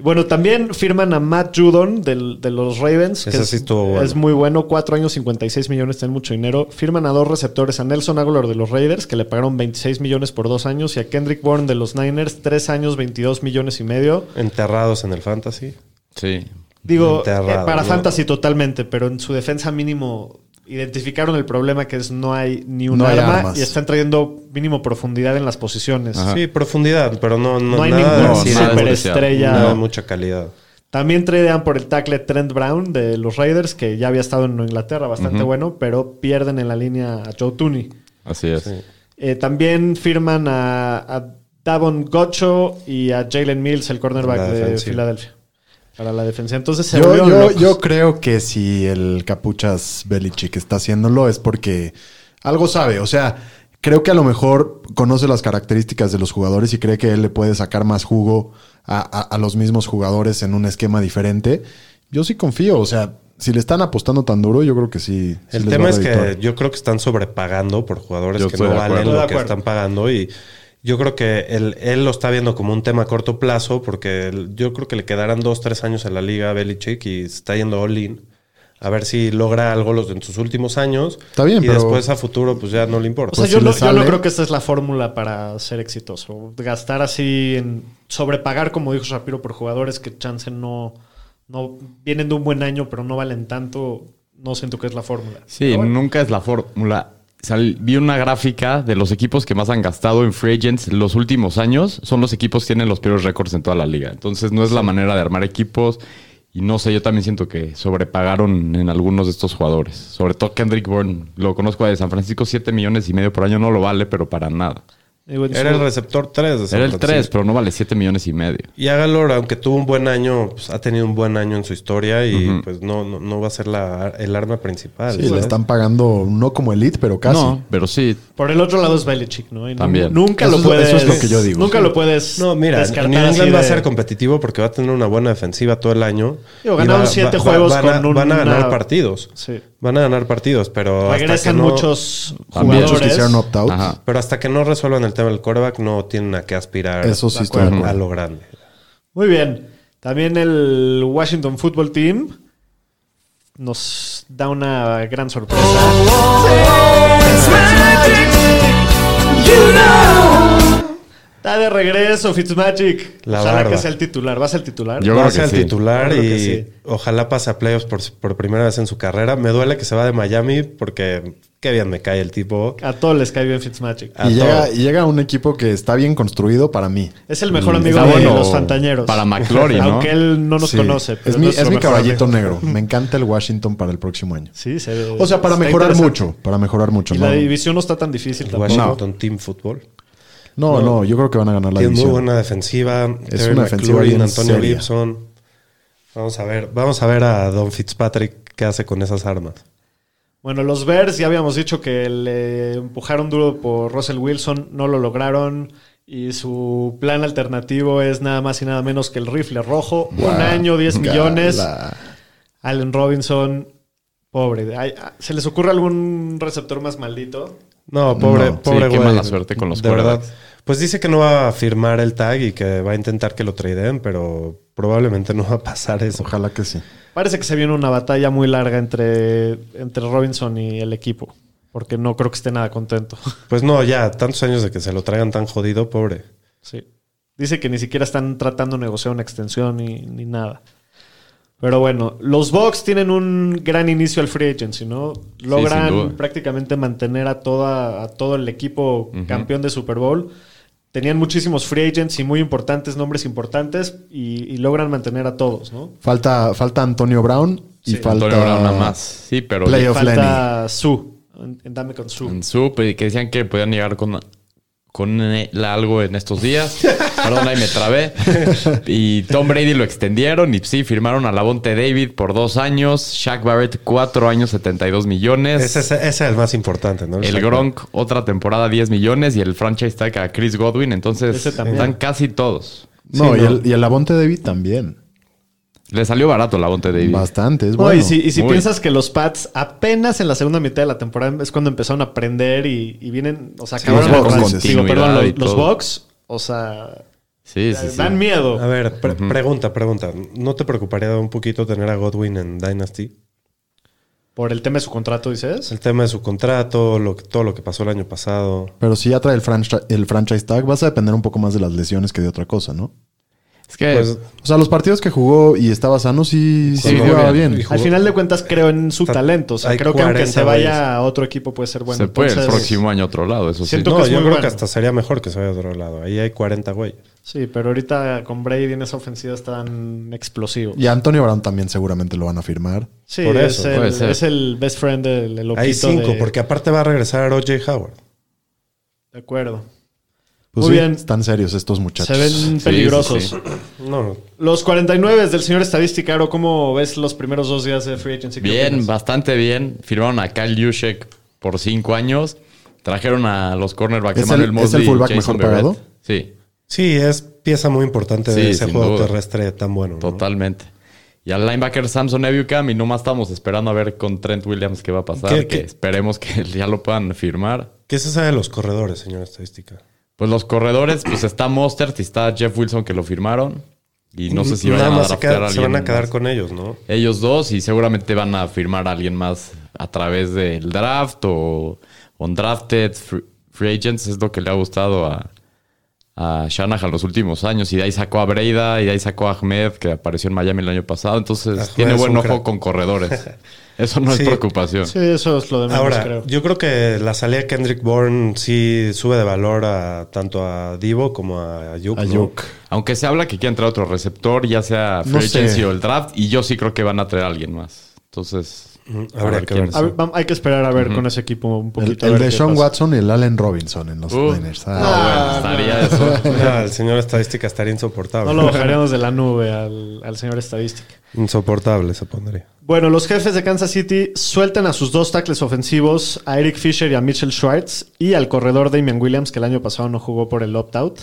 [SPEAKER 2] Bueno, también firman a Matt Judon del- de los Ravens, que
[SPEAKER 4] Ese
[SPEAKER 2] es,
[SPEAKER 4] sí estuvo bueno.
[SPEAKER 2] es muy bueno, cuatro años, 56 millones, tienen mucho dinero. Firman a dos receptores, a Nelson Aguilar de los Raiders, que le pagaron 26 millones por dos años, y a Kendrick Bourne de los Niners, tres años, 22 millones y medio.
[SPEAKER 4] Enterrados en el fantasy.
[SPEAKER 5] Sí.
[SPEAKER 2] Digo,
[SPEAKER 4] Enterrado,
[SPEAKER 2] eh, para
[SPEAKER 4] ¿no?
[SPEAKER 2] fantasy totalmente, pero en su defensa mínimo identificaron el problema que es no hay ni un
[SPEAKER 3] No hay
[SPEAKER 2] arma
[SPEAKER 3] armas.
[SPEAKER 2] y están trayendo mínimo profundidad en las posiciones.
[SPEAKER 4] Sí, profundidad, pero no, no,
[SPEAKER 2] No hay
[SPEAKER 4] nada
[SPEAKER 2] ninguna
[SPEAKER 4] así de-
[SPEAKER 5] nada
[SPEAKER 2] superestrella.
[SPEAKER 4] nada de mucha calidad.
[SPEAKER 2] También tradean por el tackle Trent Brown de los Raiders, que ya había estado en Inglaterra, bastante bueno, pero pierden en la línea a Joe Tooney.
[SPEAKER 5] Así es.
[SPEAKER 2] Eh, también firman a, a Davon Gocho y a Jalen Mills, el
[SPEAKER 4] La
[SPEAKER 2] cornerback de
[SPEAKER 4] defensiva.
[SPEAKER 2] Filadelfia, para la defensa. Entonces se
[SPEAKER 3] Yo,
[SPEAKER 2] volvieron
[SPEAKER 3] yo,
[SPEAKER 2] locos.
[SPEAKER 3] yo creo que si el capuchas Belichick está haciéndolo es porque algo sabe. O sea, creo que a lo mejor conoce las características de los jugadores y cree que él le puede sacar más jugo a, a- a los mismos jugadores en un esquema diferente. Yo sí confío. O sea, si le están apostando tan duro, yo creo que sí. sí
[SPEAKER 4] El
[SPEAKER 3] les
[SPEAKER 4] tema
[SPEAKER 3] va a
[SPEAKER 4] es que
[SPEAKER 3] redituar.
[SPEAKER 4] yo creo que están sobrepagando por jugadores
[SPEAKER 5] Yo
[SPEAKER 4] que
[SPEAKER 5] estoy
[SPEAKER 4] no
[SPEAKER 5] de
[SPEAKER 4] valen
[SPEAKER 5] acuerdo.
[SPEAKER 4] lo
[SPEAKER 2] Estoy
[SPEAKER 4] que
[SPEAKER 2] de acuerdo.
[SPEAKER 4] están pagando y yo creo que él, él lo está viendo como un tema a corto plazo porque él- yo creo que le quedarán dos, tres años en la liga a Belichick y se está yendo all in. A ver si logra algo los, en sus últimos años.
[SPEAKER 3] Está bien,
[SPEAKER 4] Y
[SPEAKER 3] pero-
[SPEAKER 4] después a futuro pues ya no le
[SPEAKER 2] O
[SPEAKER 4] importa.
[SPEAKER 2] sea,
[SPEAKER 3] Pues
[SPEAKER 2] yo,
[SPEAKER 3] si
[SPEAKER 2] no,
[SPEAKER 3] le
[SPEAKER 2] yo no
[SPEAKER 3] sale-
[SPEAKER 2] creo que esta es la fórmula para ser exitoso. Gastar así en sobrepagar, como dijo Shapiro, por jugadores que chance no, no vienen de un buen año, pero no valen tanto. No siento que es la fórmula.
[SPEAKER 5] Sí, nunca es la fórmula. Sal- vi una gráfica de los equipos que más han gastado en free agents los últimos años. Son los equipos que tienen los peores récords en toda la liga. Entonces no es la manera de armar equipos. Y no sé, yo también siento que sobrepagaron en algunos de estos jugadores. Sobre todo Kendrick Bourne. Lo conozco de San Francisco, 7 millones y medio por año. No lo vale, pero para nada.
[SPEAKER 2] Digo, en
[SPEAKER 4] Era
[SPEAKER 2] su-
[SPEAKER 4] el receptor 3. de San
[SPEAKER 5] Era el 3,
[SPEAKER 4] Francisco.
[SPEAKER 5] pero no vale 7 millones y medio.
[SPEAKER 4] Y Agalor, aunque tuvo un buen año, pues ha tenido un buen año en su historia y pues no, no, no va a ser la, el arma principal.
[SPEAKER 3] Sí, le
[SPEAKER 4] ¿sabes?
[SPEAKER 3] están pagando no como elite, pero casi.
[SPEAKER 5] No, pero sí.
[SPEAKER 2] por el otro lado es Belichick, ¿no? Y nu-
[SPEAKER 5] También.
[SPEAKER 2] Nunca
[SPEAKER 3] Eso
[SPEAKER 2] lo
[SPEAKER 3] es-
[SPEAKER 2] puedes.
[SPEAKER 3] eso es lo que yo digo.
[SPEAKER 2] Nunca lo puedes.
[SPEAKER 4] No, mira, New
[SPEAKER 2] descartar
[SPEAKER 4] England
[SPEAKER 2] así
[SPEAKER 4] va a
[SPEAKER 2] de-
[SPEAKER 4] ser competitivo porque va a tener una buena defensiva todo el año.
[SPEAKER 2] Digo,
[SPEAKER 4] Y
[SPEAKER 2] ganaron
[SPEAKER 4] va-
[SPEAKER 2] siete
[SPEAKER 4] va-
[SPEAKER 2] juegos
[SPEAKER 4] van a,
[SPEAKER 2] con
[SPEAKER 4] Van a ganar
[SPEAKER 2] una-
[SPEAKER 4] partidos.
[SPEAKER 2] Sí.
[SPEAKER 4] Van a ganar partidos, pero... hasta
[SPEAKER 2] Regresan
[SPEAKER 4] que no-
[SPEAKER 2] muchos
[SPEAKER 5] También.
[SPEAKER 3] Muchos que
[SPEAKER 2] jugadores.
[SPEAKER 3] hicieron opt-out.
[SPEAKER 5] Ajá.
[SPEAKER 4] Pero hasta que no resuelvan el tema del quarterback, no tienen a qué aspirar
[SPEAKER 3] Eso sí estoy de
[SPEAKER 4] a- a
[SPEAKER 3] acuerdo.
[SPEAKER 4] lo grande.
[SPEAKER 2] Muy bien. También el Washington Football Team nos da una gran sorpresa. Está de regreso Fitzmagic.
[SPEAKER 4] La
[SPEAKER 2] Ojalá
[SPEAKER 4] barba.
[SPEAKER 2] que sea el titular. ¿Va a ser el titular?
[SPEAKER 5] Yo
[SPEAKER 4] va
[SPEAKER 5] creo
[SPEAKER 4] a ser
[SPEAKER 5] que
[SPEAKER 4] el
[SPEAKER 5] sí.
[SPEAKER 4] titular
[SPEAKER 2] Yo creo que
[SPEAKER 4] y
[SPEAKER 2] sí.
[SPEAKER 4] ojalá pase a playoffs por, por primera vez en su carrera. Me duele que se va de Miami porque qué bien me cae el tipo.
[SPEAKER 2] A todos les cae bien Fitzmagic.
[SPEAKER 4] A
[SPEAKER 3] Y llega,
[SPEAKER 4] todos.
[SPEAKER 3] y llega un equipo que está bien construido para mí.
[SPEAKER 2] Es el
[SPEAKER 3] Mm,
[SPEAKER 2] mejor amigo
[SPEAKER 5] Está
[SPEAKER 2] de
[SPEAKER 5] bueno
[SPEAKER 2] los Fantañeros.
[SPEAKER 5] para McLaurin, ¿no?
[SPEAKER 2] Aunque él no nos
[SPEAKER 3] Sí.
[SPEAKER 2] conoce. pero
[SPEAKER 3] Es mi,
[SPEAKER 2] nuestro
[SPEAKER 3] es mi
[SPEAKER 2] mejor
[SPEAKER 3] caballito
[SPEAKER 2] amigo.
[SPEAKER 3] negro. Me encanta el Washington para el próximo año.
[SPEAKER 2] Sí, se ve-
[SPEAKER 3] O sea, para
[SPEAKER 2] está
[SPEAKER 3] mejorar
[SPEAKER 2] interesante.
[SPEAKER 3] mucho. Para mejorar mucho.
[SPEAKER 2] Y
[SPEAKER 3] No,
[SPEAKER 2] la división no está tan difícil tampoco.
[SPEAKER 4] Washington Team Football.
[SPEAKER 3] no, no, yo creo que van a ganar la
[SPEAKER 4] Tiene muy
[SPEAKER 3] división.
[SPEAKER 4] buena defensiva.
[SPEAKER 3] Es
[SPEAKER 4] Terry
[SPEAKER 3] una defensiva
[SPEAKER 4] McLaurin,
[SPEAKER 3] bien
[SPEAKER 4] Antonio
[SPEAKER 3] seria.
[SPEAKER 4] Gibson. Vamos a ver, vamos a ver a Don Fitzpatrick qué hace con esas armas.
[SPEAKER 2] Bueno, los Bears ya habíamos dicho que le empujaron duro por Russell Wilson, no lo lograron. Y su plan alternativo es nada más y nada menos que el rifle rojo. Un año, 10 millones.
[SPEAKER 3] Gala.
[SPEAKER 2] Allen Robinson, pobre. Ay, ah, ¿Se les ocurre algún receptor más maldito?
[SPEAKER 4] No, pobre,
[SPEAKER 3] No,
[SPEAKER 4] pobre
[SPEAKER 5] sí, qué
[SPEAKER 4] güey.
[SPEAKER 5] mala suerte con los
[SPEAKER 4] De verdad.
[SPEAKER 5] quarterbacks.
[SPEAKER 4] Pues dice que no va a firmar el tag y que va a intentar que lo tradeen, pero probablemente no va a pasar eso.
[SPEAKER 3] Ojalá que sí.
[SPEAKER 2] Parece que se viene una batalla muy larga entre, entre Robinson y el equipo. Porque no creo que esté nada contento.
[SPEAKER 4] Pues no, ya, tantos años de que se lo traigan tan jodido, pobre.
[SPEAKER 2] Sí. Dice que ni siquiera están tratando de negociar una extensión ni, ni nada. Pero bueno, los Bucks tienen un gran inicio al free agency, ¿no?
[SPEAKER 5] sin
[SPEAKER 2] Logran
[SPEAKER 5] duda.
[SPEAKER 2] prácticamente mantener a, toda, a todo el equipo campeón de Super Bowl. Tenían muchísimos free agents y muy importantes, nombres importantes, y, y logran mantener a todos, ¿no?
[SPEAKER 3] Falta, falta Antonio Brown y
[SPEAKER 2] Sí,
[SPEAKER 3] falta.
[SPEAKER 5] Antonio Brown nada más. Sí, pero
[SPEAKER 3] Playoff Lenny.
[SPEAKER 2] Falta Su. En- en Dame con Su.
[SPEAKER 5] en su, pues, que decían que podían llegar con, con el algo en estos días. Perdón, ahí me trabé. Y Tom Brady lo extendieron y sí, firmaron a Lavonte David por dos años. Shaq Barrett, cuatro años, 72 millones.
[SPEAKER 4] Ese, es- ese es el más importante, ¿no?
[SPEAKER 5] El
[SPEAKER 4] Shaq
[SPEAKER 5] Gronk, otra temporada, 10 millones. Y el franchise tag a Chris Godwin. Entonces,
[SPEAKER 2] Ese también.
[SPEAKER 5] están casi todos.
[SPEAKER 3] No,
[SPEAKER 4] Sí,
[SPEAKER 3] y
[SPEAKER 4] no.
[SPEAKER 3] el, y el Avonte David también.
[SPEAKER 5] Le salió barato Lavonte David.
[SPEAKER 3] Bastante, es
[SPEAKER 2] No,
[SPEAKER 3] bueno.
[SPEAKER 2] y si, y si
[SPEAKER 5] muy.
[SPEAKER 2] piensas que los Pats apenas en la segunda mitad de la temporada es cuando empezaron a aprender y, y vienen, o sea,
[SPEAKER 3] los
[SPEAKER 2] acabaron
[SPEAKER 3] Bucks
[SPEAKER 2] la-
[SPEAKER 3] con
[SPEAKER 2] digo, perdón,
[SPEAKER 5] continuidad
[SPEAKER 2] los,
[SPEAKER 5] y
[SPEAKER 2] los
[SPEAKER 5] todo.
[SPEAKER 2] Bucks, o sea,
[SPEAKER 5] Sí, sí, sí.
[SPEAKER 2] dan miedo.
[SPEAKER 4] A ver, pre- pregunta, pregunta. ¿No te preocuparía un poquito tener a Godwin en Dynasty?
[SPEAKER 2] Por el tema de su contrato, dices.
[SPEAKER 4] El tema de su contrato, lo que- todo lo que pasó el año pasado.
[SPEAKER 3] Pero si ya trae el, franchi- el franchise tag, vas a depender un poco más de las lesiones que de otra cosa, ¿no?
[SPEAKER 5] Es
[SPEAKER 2] Eh,
[SPEAKER 5] que
[SPEAKER 4] Pues,
[SPEAKER 3] O sea, los partidos que jugó y estaba sano sí, sí,
[SPEAKER 5] Sí, jugó
[SPEAKER 3] jugaba
[SPEAKER 5] bien.
[SPEAKER 3] bien.
[SPEAKER 4] Y jugó-
[SPEAKER 2] Al final de cuentas, creo en su
[SPEAKER 4] Está-
[SPEAKER 2] talento. O sea,
[SPEAKER 4] hay
[SPEAKER 2] creo que aunque
[SPEAKER 4] 40
[SPEAKER 2] se
[SPEAKER 4] güeyes.
[SPEAKER 2] vaya a otro equipo puede ser bueno.
[SPEAKER 5] se puede el
[SPEAKER 2] Entonces,
[SPEAKER 5] próximo año a otro lado, eso sí.
[SPEAKER 2] Siento
[SPEAKER 4] no,
[SPEAKER 2] que
[SPEAKER 4] yo
[SPEAKER 2] es muy
[SPEAKER 4] creo
[SPEAKER 2] bueno.
[SPEAKER 4] que hasta sería mejor que se vaya a otro lado. Ahí hay 40 güeyes.
[SPEAKER 2] Sí, pero ahorita con Brady en esa ofensiva están explosivos.
[SPEAKER 3] Y a Antonio Brown también seguramente lo van a firmar.
[SPEAKER 2] Sí,
[SPEAKER 4] Por
[SPEAKER 2] es,
[SPEAKER 4] eso,
[SPEAKER 2] el,
[SPEAKER 5] puede ser.
[SPEAKER 2] es el best friend del del loquito.
[SPEAKER 4] Hay 5,
[SPEAKER 2] de-
[SPEAKER 4] porque aparte va a regresar O.J. Howard.
[SPEAKER 2] De acuerdo.
[SPEAKER 3] Pues
[SPEAKER 2] Muy
[SPEAKER 3] sí,
[SPEAKER 2] bien.
[SPEAKER 3] Están serios estos muchachos.
[SPEAKER 2] Se ven
[SPEAKER 5] sí,
[SPEAKER 2] peligrosos.
[SPEAKER 5] sí.
[SPEAKER 4] No,
[SPEAKER 2] Los 49 del señor estadística, Aro, ¿cómo ves los primeros dos días de Free Agency? ¿Qué
[SPEAKER 5] Bien,
[SPEAKER 2] opinas?
[SPEAKER 5] bastante bien. Firmaron a Kyle Juszczyk por cinco años. Trajeron a los cornerbacks
[SPEAKER 3] ¿Es el- es el
[SPEAKER 5] y
[SPEAKER 3] fullback mejor
[SPEAKER 5] Verrett.
[SPEAKER 3] pagado?
[SPEAKER 5] Sí,
[SPEAKER 4] sí, es pieza muy importante
[SPEAKER 5] Sí,
[SPEAKER 4] de ese
[SPEAKER 5] sin
[SPEAKER 4] juego
[SPEAKER 5] duda.
[SPEAKER 4] terrestre tan bueno. ¿no?
[SPEAKER 5] totalmente. Y al linebacker Samson Ebucam y nomás estamos esperando a ver con Trent Williams qué va a pasar.
[SPEAKER 4] ¿Qué-
[SPEAKER 5] que
[SPEAKER 4] qué?
[SPEAKER 5] esperemos que ya lo puedan firmar.
[SPEAKER 4] ¿Qué se sabe de los corredores, señor estadística?
[SPEAKER 5] Pues los corredores, pues está Mostert y está Jeff Wilson que lo firmaron. Y no sé si van
[SPEAKER 4] Nada
[SPEAKER 5] a
[SPEAKER 4] más se,
[SPEAKER 5] draftear
[SPEAKER 4] queda-
[SPEAKER 5] a
[SPEAKER 4] se van a
[SPEAKER 5] alguien
[SPEAKER 4] quedar
[SPEAKER 5] más.
[SPEAKER 4] con ellos, ¿no?
[SPEAKER 5] ellos dos y seguramente van a firmar a alguien más a través del draft o undrafted free, free agents es lo que le ha gustado a, a Shanahan los últimos años y de ahí sacó a Breida y de ahí sacó a Ahmed que apareció en Miami el año pasado entonces
[SPEAKER 4] Ahmed
[SPEAKER 5] tiene
[SPEAKER 4] es
[SPEAKER 5] buen
[SPEAKER 4] un
[SPEAKER 5] ojo
[SPEAKER 4] crack.
[SPEAKER 5] con corredores eso no
[SPEAKER 4] Sí.
[SPEAKER 5] es preocupación
[SPEAKER 2] Sí, eso es lo de menos,
[SPEAKER 4] Ahora,
[SPEAKER 2] creo.
[SPEAKER 4] yo creo que la salida de Kendrick Bourne sí sube de valor a tanto a Divo como a Ayuk. ¿no?
[SPEAKER 3] Ayuk.
[SPEAKER 5] aunque se habla que quiere entrar otro receptor ya sea free
[SPEAKER 3] No sé.
[SPEAKER 5] agency o el draft y yo sí creo que van a traer a alguien más entonces
[SPEAKER 4] habrá Mm, que
[SPEAKER 5] quién
[SPEAKER 4] ver.
[SPEAKER 5] es.
[SPEAKER 2] A ver, vam- hay que esperar a ver con ese equipo un
[SPEAKER 3] El,
[SPEAKER 2] poquito. a
[SPEAKER 3] el
[SPEAKER 2] ver
[SPEAKER 3] de
[SPEAKER 2] qué
[SPEAKER 3] Sean
[SPEAKER 2] pasa.
[SPEAKER 3] Watson y el Allen Robinson en los
[SPEAKER 5] Uh,
[SPEAKER 3] Niners.
[SPEAKER 5] no,
[SPEAKER 3] Ah,
[SPEAKER 5] bueno, estaría eso
[SPEAKER 4] No, el señor estadística estaría insoportable.
[SPEAKER 2] No lo bajaremos de la nube al, al señor estadística.
[SPEAKER 4] Insoportable se pondría.
[SPEAKER 2] Bueno, los jefes de Kansas City sueltan a sus dos tackles ofensivos, a Eric Fisher y a Mitchell Schwartz, y al corredor Damian Williams, que el año pasado no jugó por el opt-out.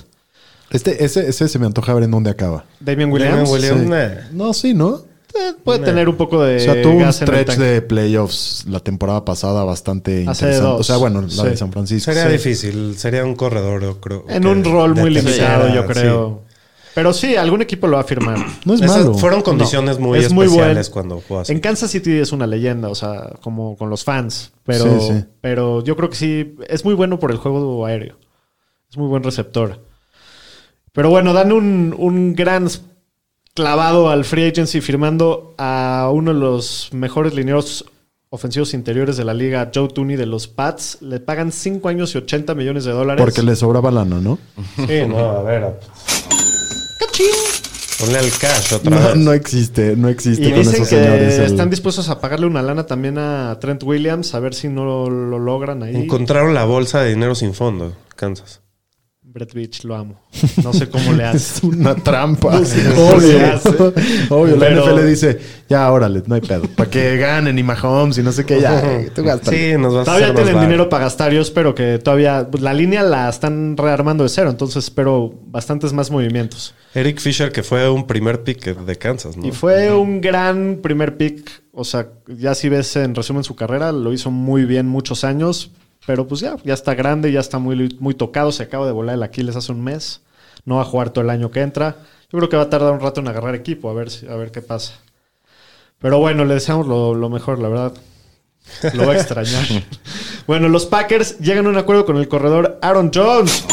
[SPEAKER 3] Este, ese, ese se me antoja ver en dónde acaba.
[SPEAKER 2] Damian Williams
[SPEAKER 4] Williams,
[SPEAKER 3] Sí.
[SPEAKER 4] eh,
[SPEAKER 3] No, sí, ¿no?
[SPEAKER 2] eh, puede tener un poco de
[SPEAKER 3] O sea, tuvo un
[SPEAKER 2] gas en el
[SPEAKER 3] stretch
[SPEAKER 2] tanque.
[SPEAKER 3] de playoffs la temporada pasada bastante
[SPEAKER 2] Hace
[SPEAKER 3] interesante.
[SPEAKER 2] dos.
[SPEAKER 3] O sea, bueno, la
[SPEAKER 2] Sí.
[SPEAKER 3] de San Francisco.
[SPEAKER 4] sería
[SPEAKER 3] Sí.
[SPEAKER 4] difícil, sería un corredor, yo creo.
[SPEAKER 2] En
[SPEAKER 4] que
[SPEAKER 2] un rol muy
[SPEAKER 4] de tercera,
[SPEAKER 2] limitado, yo
[SPEAKER 4] sí.
[SPEAKER 2] creo. Pero sí, algún equipo lo va a firmar.
[SPEAKER 3] No es
[SPEAKER 4] Esas
[SPEAKER 3] malo.
[SPEAKER 4] fueron condiciones muy
[SPEAKER 2] es muy
[SPEAKER 4] especiales
[SPEAKER 2] buen.
[SPEAKER 4] cuando juegas.
[SPEAKER 2] En Kansas City es una leyenda, o sea, como con los fans. Pero,
[SPEAKER 3] Sí, sí.
[SPEAKER 2] pero yo creo que sí, es muy bueno por el juego aéreo. Es muy buen receptor. Pero bueno, dan un, un gran clavado al free agency firmando a uno de los mejores lineeros ofensivos interiores de la liga, Joe Tooney de los Pats. Le pagan 5 años y 80 millones de dólares.
[SPEAKER 3] Porque le sobraba lana, ¿no?
[SPEAKER 4] Sí, no, a ver. Ponle el cash otra
[SPEAKER 3] No,
[SPEAKER 4] vez.
[SPEAKER 3] no existe, no existe
[SPEAKER 2] Y
[SPEAKER 3] con
[SPEAKER 2] dicen
[SPEAKER 3] esos
[SPEAKER 2] que
[SPEAKER 3] señores. el-
[SPEAKER 2] están dispuestos a pagarle una lana también a Trent Williams, a ver si no lo, lo logran ahí.
[SPEAKER 4] Encontraron la bolsa de dinero sin fondo, Kansas.
[SPEAKER 2] Brett Beach, lo amo. No sé cómo le hace.
[SPEAKER 3] Es una trampa.
[SPEAKER 2] cómo se hace.
[SPEAKER 3] obvio. obvio.
[SPEAKER 2] Pero-
[SPEAKER 3] La NFL dice, ya, órale, no hay pedo. Para que ganen y Mahomes y no sé qué, ya. eh, Tú gástale.
[SPEAKER 4] Sí, nos vas a
[SPEAKER 2] Todavía
[SPEAKER 4] hacer más
[SPEAKER 2] tienen
[SPEAKER 4] bar.
[SPEAKER 2] dinero para gastar, yo espero que todavía pues, la línea la están rearmando de cero, entonces espero bastantes más movimientos.
[SPEAKER 4] Eric Fisher, que fue un primer pick de Kansas, ¿no?
[SPEAKER 2] Y fue un gran primer pick, o sea, ya si ves en resumen su carrera, lo hizo muy bien muchos años, pero pues ya, ya está grande, ya está muy, muy tocado, se acaba de volar el Aquiles hace un mes, no va a jugar todo el año que entra. Yo creo que va a tardar un rato en agarrar equipo, a ver, si- a ver qué pasa. Pero bueno, le deseamos lo, lo mejor, la verdad. Lo va a extrañar. bueno, los Packers llegan a un acuerdo con el corredor Aaron Jones.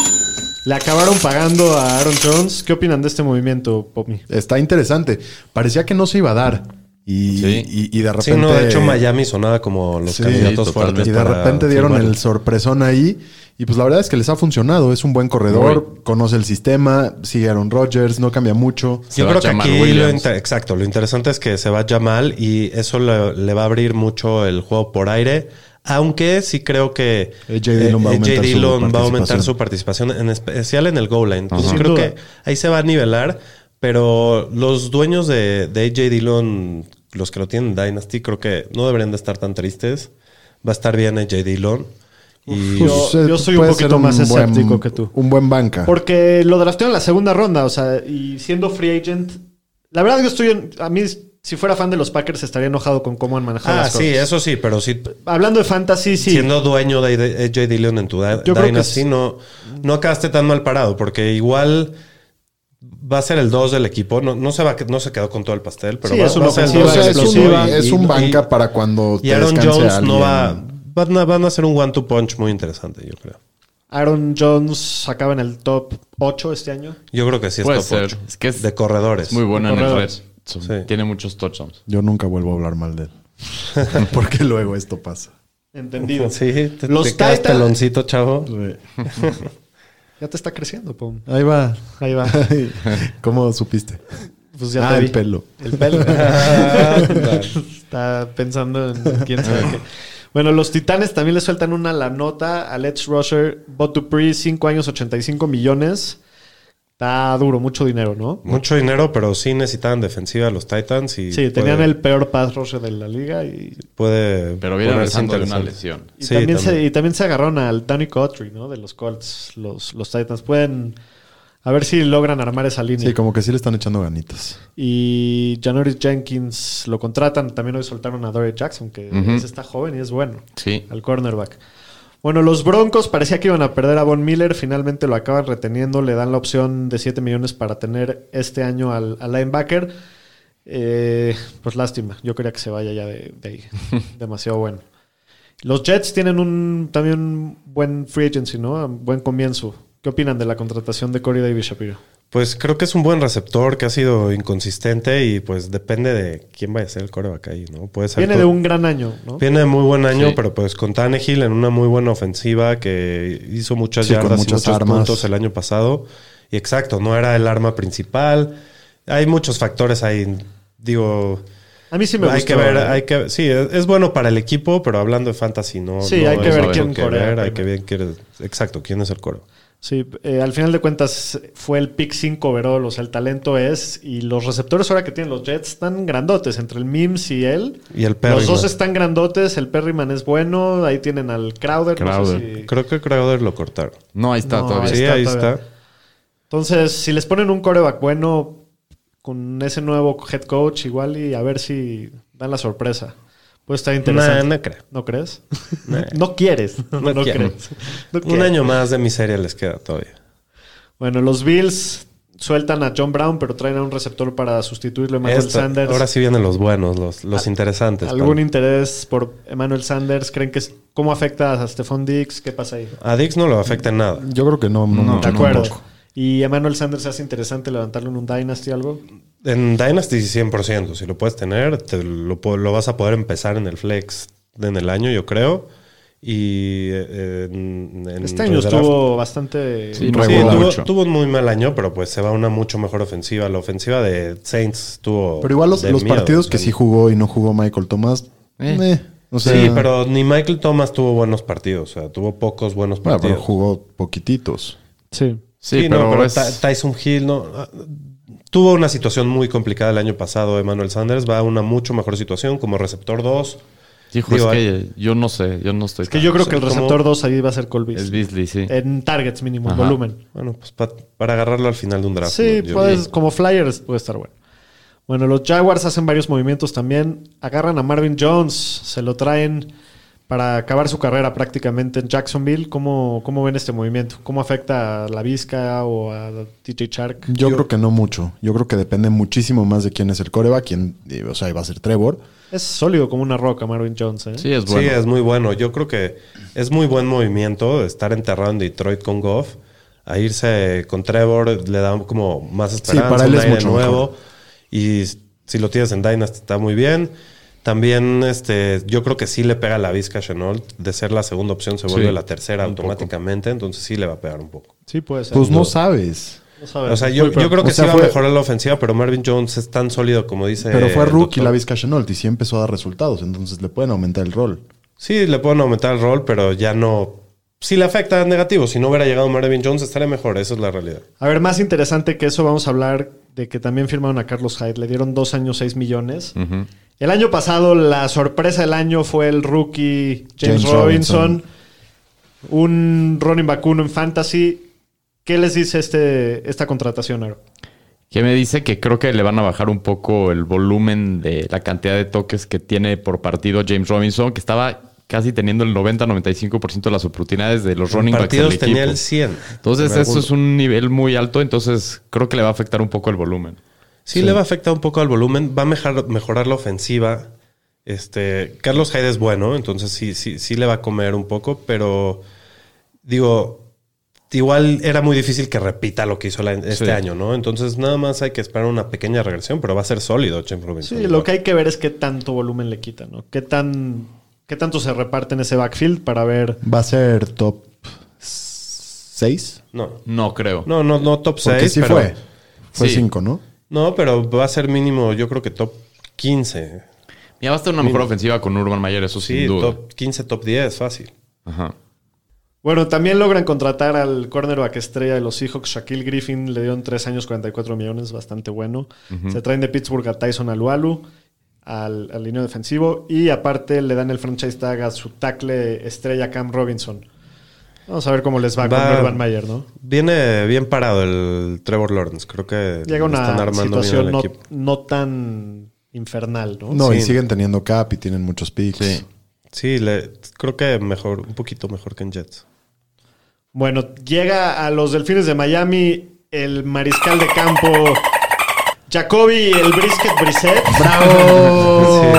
[SPEAKER 2] Le acabaron pagando a Aaron Jones. ¿Qué opinan de este movimiento, Pomi?
[SPEAKER 3] Está interesante. Parecía que no se iba a dar. Y,
[SPEAKER 5] Sí.
[SPEAKER 3] y- y de
[SPEAKER 4] Sí,
[SPEAKER 3] repente.
[SPEAKER 4] no, de hecho Miami sonaba como los
[SPEAKER 3] Sí,
[SPEAKER 4] candidatos fuertes.
[SPEAKER 5] sí, totalmente.
[SPEAKER 3] Y de
[SPEAKER 4] para
[SPEAKER 3] repente dieron
[SPEAKER 4] firmar.
[SPEAKER 3] el sorpresón ahí. Y pues la verdad es que les ha funcionado. Es un buen corredor, conoce el sistema, sigue Aaron Rodgers, no cambia mucho.
[SPEAKER 5] Se
[SPEAKER 4] Yo
[SPEAKER 5] va
[SPEAKER 4] creo que
[SPEAKER 5] Jamal
[SPEAKER 4] aquí lo,
[SPEAKER 5] Williams.
[SPEAKER 4] inter- exacto, lo interesante es que se va Jamal y eso le, le va a abrir mucho el juego por aire. Aunque sí creo que
[SPEAKER 3] Eh, J. Dillon va a
[SPEAKER 4] eh,
[SPEAKER 3] aumentar su
[SPEAKER 4] Dillon va a
[SPEAKER 3] participación.
[SPEAKER 4] aumentar su participación, en especial en el goal line. Entonces
[SPEAKER 2] Sin
[SPEAKER 4] creo
[SPEAKER 2] duda.
[SPEAKER 4] que ahí se va a nivelar, pero los dueños de, de AJ Dillon, los que lo tienen en Dynasty, creo que no deberían de estar tan tristes. Va a estar bien eh, AJ Dillon. Y ah,
[SPEAKER 2] Uf, yo- yo soy un
[SPEAKER 3] Pues, eh, puede
[SPEAKER 2] poquito
[SPEAKER 3] ser
[SPEAKER 2] más
[SPEAKER 3] buen-
[SPEAKER 2] escéptico que tú.
[SPEAKER 3] Un buen banca.
[SPEAKER 2] Porque lo draftearon en la segunda ronda, o sea, y siendo free agent. La verdad, yo estoy en. A mí, si fuera fan de los Packers, estaría enojado con cómo han manejado
[SPEAKER 4] ah,
[SPEAKER 2] las
[SPEAKER 4] sí,
[SPEAKER 2] cosas.
[SPEAKER 4] eso sí, pero sí
[SPEAKER 2] Hablando de fantasy, sí.
[SPEAKER 4] siendo dueño de eh, de AJ Dillon en tu da-
[SPEAKER 2] Yo creo que
[SPEAKER 4] Dynasty,
[SPEAKER 2] es-
[SPEAKER 4] no, no acabaste tan mal parado, porque igual va a ser el 2 del equipo. No, no, se va, no se quedó con todo el pastel, pero
[SPEAKER 2] Sí,
[SPEAKER 4] va,
[SPEAKER 2] es una
[SPEAKER 4] va a ser el
[SPEAKER 2] ofensiva
[SPEAKER 3] o
[SPEAKER 4] dos
[SPEAKER 3] sea, es un,
[SPEAKER 2] explosiva.
[SPEAKER 3] es un banca para cuando
[SPEAKER 4] Y Aaron
[SPEAKER 3] descanse
[SPEAKER 4] Jones no
[SPEAKER 3] alguien.
[SPEAKER 4] va. Van a, van a hacer un one-two punch muy interesante, yo creo.
[SPEAKER 2] Aaron Jones acaba en el top 8 este año.
[SPEAKER 4] Yo creo que sí es
[SPEAKER 5] Puede
[SPEAKER 4] top
[SPEAKER 5] ser.
[SPEAKER 4] ocho.
[SPEAKER 5] Es que es-
[SPEAKER 4] de corredores.
[SPEAKER 5] Es muy bueno en el red.
[SPEAKER 2] Corredores.
[SPEAKER 4] Sí.
[SPEAKER 5] Tiene muchos touchdowns.
[SPEAKER 3] Yo nunca vuelvo a hablar mal de él. Porque luego esto pasa.
[SPEAKER 2] Entendido.
[SPEAKER 4] Sí, te,
[SPEAKER 2] Los
[SPEAKER 4] te
[SPEAKER 2] Titans-
[SPEAKER 4] quedas peloncito, chavo.
[SPEAKER 2] Ya te está creciendo, Pom.
[SPEAKER 3] Ahí va.
[SPEAKER 2] Ahí va.
[SPEAKER 3] ¿Cómo supiste?
[SPEAKER 2] Pues ya
[SPEAKER 3] ah,
[SPEAKER 2] te
[SPEAKER 3] el
[SPEAKER 2] vi.
[SPEAKER 3] pelo.
[SPEAKER 2] El pelo. Está pensando en quién sabe qué. Bueno, los Titanes también le sueltan una la nota al Edge Rusher Bot Dupree, 5 años, 85 millones. Está duro, mucho dinero, ¿no?
[SPEAKER 4] Mucho dinero, pero sí necesitaban defensiva los Titans. Y
[SPEAKER 2] Sí, tenían
[SPEAKER 4] puede-
[SPEAKER 2] el peor pass rusher de la liga y,
[SPEAKER 4] Puede
[SPEAKER 5] Pero viene
[SPEAKER 4] ponerse
[SPEAKER 5] regresando de una
[SPEAKER 4] interesante.
[SPEAKER 5] lesión.
[SPEAKER 2] y
[SPEAKER 4] Sí,
[SPEAKER 2] también, Se,
[SPEAKER 4] también.
[SPEAKER 2] y también se agarraron al Tony Cotry, ¿no? De los Colts, los, los Titans. Pueden a ver si logran armar esa línea.
[SPEAKER 3] Sí, como que sí le están echando ganitas.
[SPEAKER 2] Y Janoris Jenkins lo contratan. También hoy soltaron a Dory Jackson, que ese está joven y es bueno.
[SPEAKER 5] Sí.
[SPEAKER 2] Al cornerback. Bueno, los Broncos parecía que iban a perder a Von Miller. Finalmente lo acaban reteniendo. Le dan la opción de 7 millones para tener este año al, al linebacker. Eh, pues lástima. Yo quería que se vaya ya de, de ahí. Demasiado bueno. Los Jets tienen un también un buen free agency, ¿no? Un buen comienzo. ¿Qué opinan de la contratación de Corey Davis Shapiro?
[SPEAKER 4] Pues creo que es un buen receptor que ha sido inconsistente y pues depende de quién vaya a ser el coreback ahí, ¿no? Puede ser
[SPEAKER 2] Viene
[SPEAKER 4] co-
[SPEAKER 2] de un gran año, ¿no?
[SPEAKER 4] Viene de muy buen año,
[SPEAKER 5] Sí.
[SPEAKER 4] pero pues con Tannehill en una muy buena ofensiva que hizo muchas
[SPEAKER 3] Sí, con
[SPEAKER 4] yardas y
[SPEAKER 3] muchas
[SPEAKER 4] muchos
[SPEAKER 3] armas.
[SPEAKER 4] puntos el año pasado. Y exacto, no era el arma principal. Hay muchos factores ahí. Digo,
[SPEAKER 2] A mí sí me
[SPEAKER 4] hay
[SPEAKER 2] gustó,
[SPEAKER 4] que ver,
[SPEAKER 2] ¿eh?
[SPEAKER 4] hay que sí, es, es bueno para el equipo, pero hablando de fantasy no.
[SPEAKER 2] Sí,
[SPEAKER 4] no
[SPEAKER 2] hay que
[SPEAKER 4] es
[SPEAKER 2] ver
[SPEAKER 4] algo
[SPEAKER 2] quién
[SPEAKER 4] que
[SPEAKER 2] corea
[SPEAKER 4] ver, Hay
[SPEAKER 2] primero.
[SPEAKER 4] que ver quién es- exacto, quién es el coro.
[SPEAKER 2] Sí, eh, al final de cuentas fue el pick 5 overall, o sea, el talento es. Y los receptores ahora que tienen los Jets están grandotes, entre el Mims y él.
[SPEAKER 4] Y el
[SPEAKER 2] Los dos
[SPEAKER 4] Perryman.
[SPEAKER 2] están grandotes, el Perryman es bueno, ahí tienen al Crowder. no sé
[SPEAKER 5] Crowder.
[SPEAKER 2] si-
[SPEAKER 4] Creo que Crowder lo cortaron.
[SPEAKER 5] No, ahí está
[SPEAKER 2] No,
[SPEAKER 5] todavía.
[SPEAKER 4] Sí,
[SPEAKER 2] está
[SPEAKER 4] ahí
[SPEAKER 2] todavía.
[SPEAKER 4] está.
[SPEAKER 2] Entonces, si les ponen un coreback bueno con ese nuevo head coach, igual y a ver si dan la sorpresa. Puede estar interesante.
[SPEAKER 4] Nah, no creo.
[SPEAKER 2] ¿No crees? no quieres. No, no
[SPEAKER 4] quiero.
[SPEAKER 2] crees. No
[SPEAKER 4] Un
[SPEAKER 2] quieres.
[SPEAKER 4] año más de miseria les queda todavía.
[SPEAKER 2] Bueno, los Bills sueltan a John Brown, pero traen a un receptor para sustituirlo a Emmanuel
[SPEAKER 4] Esta-
[SPEAKER 2] Sanders.
[SPEAKER 4] ahora sí vienen los buenos, los, los interesantes.
[SPEAKER 2] ¿Algún
[SPEAKER 4] Pablo.
[SPEAKER 2] interés por Emmanuel Sanders? ¿Creen que es, cómo afecta a Stephon Dix? ¿Qué pasa ahí?
[SPEAKER 4] A Dix no lo afecta en nada.
[SPEAKER 3] Yo creo que no. no,
[SPEAKER 2] De
[SPEAKER 3] mucho, no
[SPEAKER 2] acuerdo.
[SPEAKER 3] poco.
[SPEAKER 2] ¿Y Emmanuel Sanders hace interesante levantarlo en un Dynasty o algo?
[SPEAKER 4] En Dynasty 100%, si lo puedes tener, te lo, po- lo vas a poder empezar en el flex en el año, yo creo. Y eh, en, en
[SPEAKER 2] Este año
[SPEAKER 4] redraft-
[SPEAKER 2] estuvo bastante...
[SPEAKER 5] Sí, no
[SPEAKER 4] Sí,
[SPEAKER 3] Regular.
[SPEAKER 4] tuvo,
[SPEAKER 5] mucho.
[SPEAKER 4] tuvo un muy mal año, pero pues se va a una mucho mejor ofensiva. La ofensiva de Saints estuvo.
[SPEAKER 3] Pero igual los,
[SPEAKER 4] de
[SPEAKER 3] los
[SPEAKER 4] miedo,
[SPEAKER 3] partidos
[SPEAKER 4] o
[SPEAKER 3] que
[SPEAKER 4] sea,
[SPEAKER 3] sí jugó y no jugó Michael Thomas.
[SPEAKER 5] Eh.
[SPEAKER 3] eh, o sea,
[SPEAKER 4] sí, pero ni Michael Thomas tuvo buenos partidos. O sea, tuvo pocos buenos
[SPEAKER 3] bueno, pero
[SPEAKER 4] partidos.
[SPEAKER 3] jugó poquititos.
[SPEAKER 2] Sí.
[SPEAKER 5] Sí,
[SPEAKER 4] Sí,
[SPEAKER 5] pero,
[SPEAKER 4] no, pero
[SPEAKER 5] es-
[SPEAKER 4] Ty- Tyson Hill no. ah, Tuvo una situación muy complicada el año pasado. Emmanuel Sanders va a una mucho mejor situación como receptor 2.
[SPEAKER 5] hijo,
[SPEAKER 4] Digo,
[SPEAKER 5] es que eh, yo no sé, yo no estoy.
[SPEAKER 2] Que yo
[SPEAKER 5] tan-
[SPEAKER 2] creo que el
[SPEAKER 4] como-
[SPEAKER 2] receptor 2 ahí va a ser Colby.
[SPEAKER 5] Es Beasley, sí.
[SPEAKER 4] Eh,
[SPEAKER 2] En targets mínimo, en
[SPEAKER 5] Ajá.
[SPEAKER 2] volumen.
[SPEAKER 4] Bueno, pues pa- para agarrarlo al final de un draft.
[SPEAKER 2] Sí, pues,
[SPEAKER 4] ¿no? Yo-
[SPEAKER 2] puedes, como Flyers puede estar bueno. Bueno, los Jaguars hacen varios movimientos también. Agarran a Marvin Jones, se lo traen para acabar su carrera prácticamente en Jacksonville. ¿Cómo, cómo ven este movimiento? ¿Cómo afecta a la Vizca o a TJ Shark?
[SPEAKER 3] Yo, creo que no mucho. Yo creo que depende muchísimo más de quién es el coreback. Quién, eh, o sea, iba a ser Trevor.
[SPEAKER 2] Es sólido como una roca Marvin Jones, ¿eh?
[SPEAKER 5] Sí, es
[SPEAKER 4] Sí,
[SPEAKER 3] pues
[SPEAKER 5] bueno.
[SPEAKER 4] es muy bueno. Yo creo que es muy buen movimiento estar enterrado en Detroit con Goff. a irse con Trevor, le da como más esperanza,
[SPEAKER 3] para él
[SPEAKER 4] un
[SPEAKER 3] es
[SPEAKER 4] aire
[SPEAKER 3] mucho
[SPEAKER 4] nuevo.
[SPEAKER 3] mejor.
[SPEAKER 4] Y si lo tienes en Dynasty está muy bien. También este, yo creo que sí le pega la Vizca Chenault. De ser la segunda opción se vuelve
[SPEAKER 5] Sí,
[SPEAKER 4] la tercera automáticamente. Entonces sí le va a pegar un poco.
[SPEAKER 2] Sí, puede ser.
[SPEAKER 3] Pues no sabes.
[SPEAKER 2] No sabemos.
[SPEAKER 4] O sea, yo,
[SPEAKER 3] Oye, pero-
[SPEAKER 4] yo creo que
[SPEAKER 3] o sea,
[SPEAKER 4] sí va
[SPEAKER 3] fue-
[SPEAKER 4] a mejorar la ofensiva, pero Marvin Jones es tan sólido como dice.
[SPEAKER 3] Pero fue
[SPEAKER 4] el
[SPEAKER 3] rookie
[SPEAKER 4] doctor.
[SPEAKER 3] la Vizca Chenault y sí empezó a dar resultados. Entonces le pueden aumentar el rol.
[SPEAKER 4] Sí, le pueden aumentar el rol, pero ya no. Sí le afecta en negativo. Si no hubiera llegado Marvin Jones, estaría mejor. Esa es la realidad.
[SPEAKER 2] A ver, más interesante que eso, vamos a hablar de que también firmaron a Carlos Hyde. Le dieron dos años, seis millones. El año pasado, la sorpresa del año fue el rookie James,
[SPEAKER 3] James
[SPEAKER 2] Robinson,
[SPEAKER 3] Robinson.
[SPEAKER 2] un running back uno en fantasy. ¿Qué les dice este, esta contratación, Aro?
[SPEAKER 5] Que me dice que creo que le van a bajar un poco el volumen de la cantidad de toques que tiene por partido James Robinson, que estaba casi teniendo el 90-95% de las oportunidades de los running backs del
[SPEAKER 4] partidos
[SPEAKER 5] equipo.
[SPEAKER 4] tenía el 100.
[SPEAKER 5] Entonces,
[SPEAKER 4] En
[SPEAKER 5] eso
[SPEAKER 4] algunos.
[SPEAKER 5] es un nivel muy alto, entonces creo que le va a afectar un poco el volumen.
[SPEAKER 4] Sí, le va a afectar un poco al volumen. Va a mejar- mejorar la ofensiva. Este, Carlos Hyde es bueno, entonces sí, sí, sí le va a comer un poco, pero digo, igual era muy difícil que repita lo que hizo la- este
[SPEAKER 5] Sí.
[SPEAKER 4] año, ¿no? Entonces nada más hay que esperar una pequeña regresión, pero va a ser sólido James Robinson.
[SPEAKER 2] Sí, lo que hay que ver es qué tanto volumen le quitan, ¿no? ¿Qué, tan, qué tanto se reparten ese backfield para ver
[SPEAKER 3] Va a ser top 6.
[SPEAKER 4] No,
[SPEAKER 5] No creo.
[SPEAKER 4] no, no, no top 6.
[SPEAKER 3] Porque sí fue. Fue
[SPEAKER 5] Sí.
[SPEAKER 3] 5, ¿no?
[SPEAKER 4] No, pero va a ser mínimo, yo creo que top 15.
[SPEAKER 5] Mira, va a estar una mejor ofensiva con Urban Mayer, eso
[SPEAKER 4] Sí,
[SPEAKER 5] sin duda.
[SPEAKER 4] top 15, top 10, fácil.
[SPEAKER 5] Ajá.
[SPEAKER 2] Bueno, también logran contratar al cornerback estrella de los Seahawks, Shaquille Griffin. Le dieron 3 años, 44 millones, bastante bueno. Se traen de Pittsburgh a Tyson Alualu, al, al línea defensivo. Y aparte le dan el franchise tag a su tackle estrella, Cam Robinson. Vamos a ver cómo les va, con
[SPEAKER 4] Va-
[SPEAKER 2] Urban Mayer, ¿no?
[SPEAKER 4] Viene bien parado el Trevor Lawrence. Creo que
[SPEAKER 2] Llega
[SPEAKER 4] están
[SPEAKER 2] una
[SPEAKER 4] armando
[SPEAKER 2] situación
[SPEAKER 4] bien
[SPEAKER 2] no,
[SPEAKER 4] al equipo.
[SPEAKER 2] no tan infernal, ¿no?
[SPEAKER 3] No, y
[SPEAKER 4] Sí.
[SPEAKER 3] siguen teniendo cap y tienen muchos picks.
[SPEAKER 4] Sí, le- creo que mejor, un poquito mejor que en Jets.
[SPEAKER 2] Bueno, llega a los Delfines de Miami el mariscal de campo Jacoby, el brisket Brissett.
[SPEAKER 3] ¡Bravo!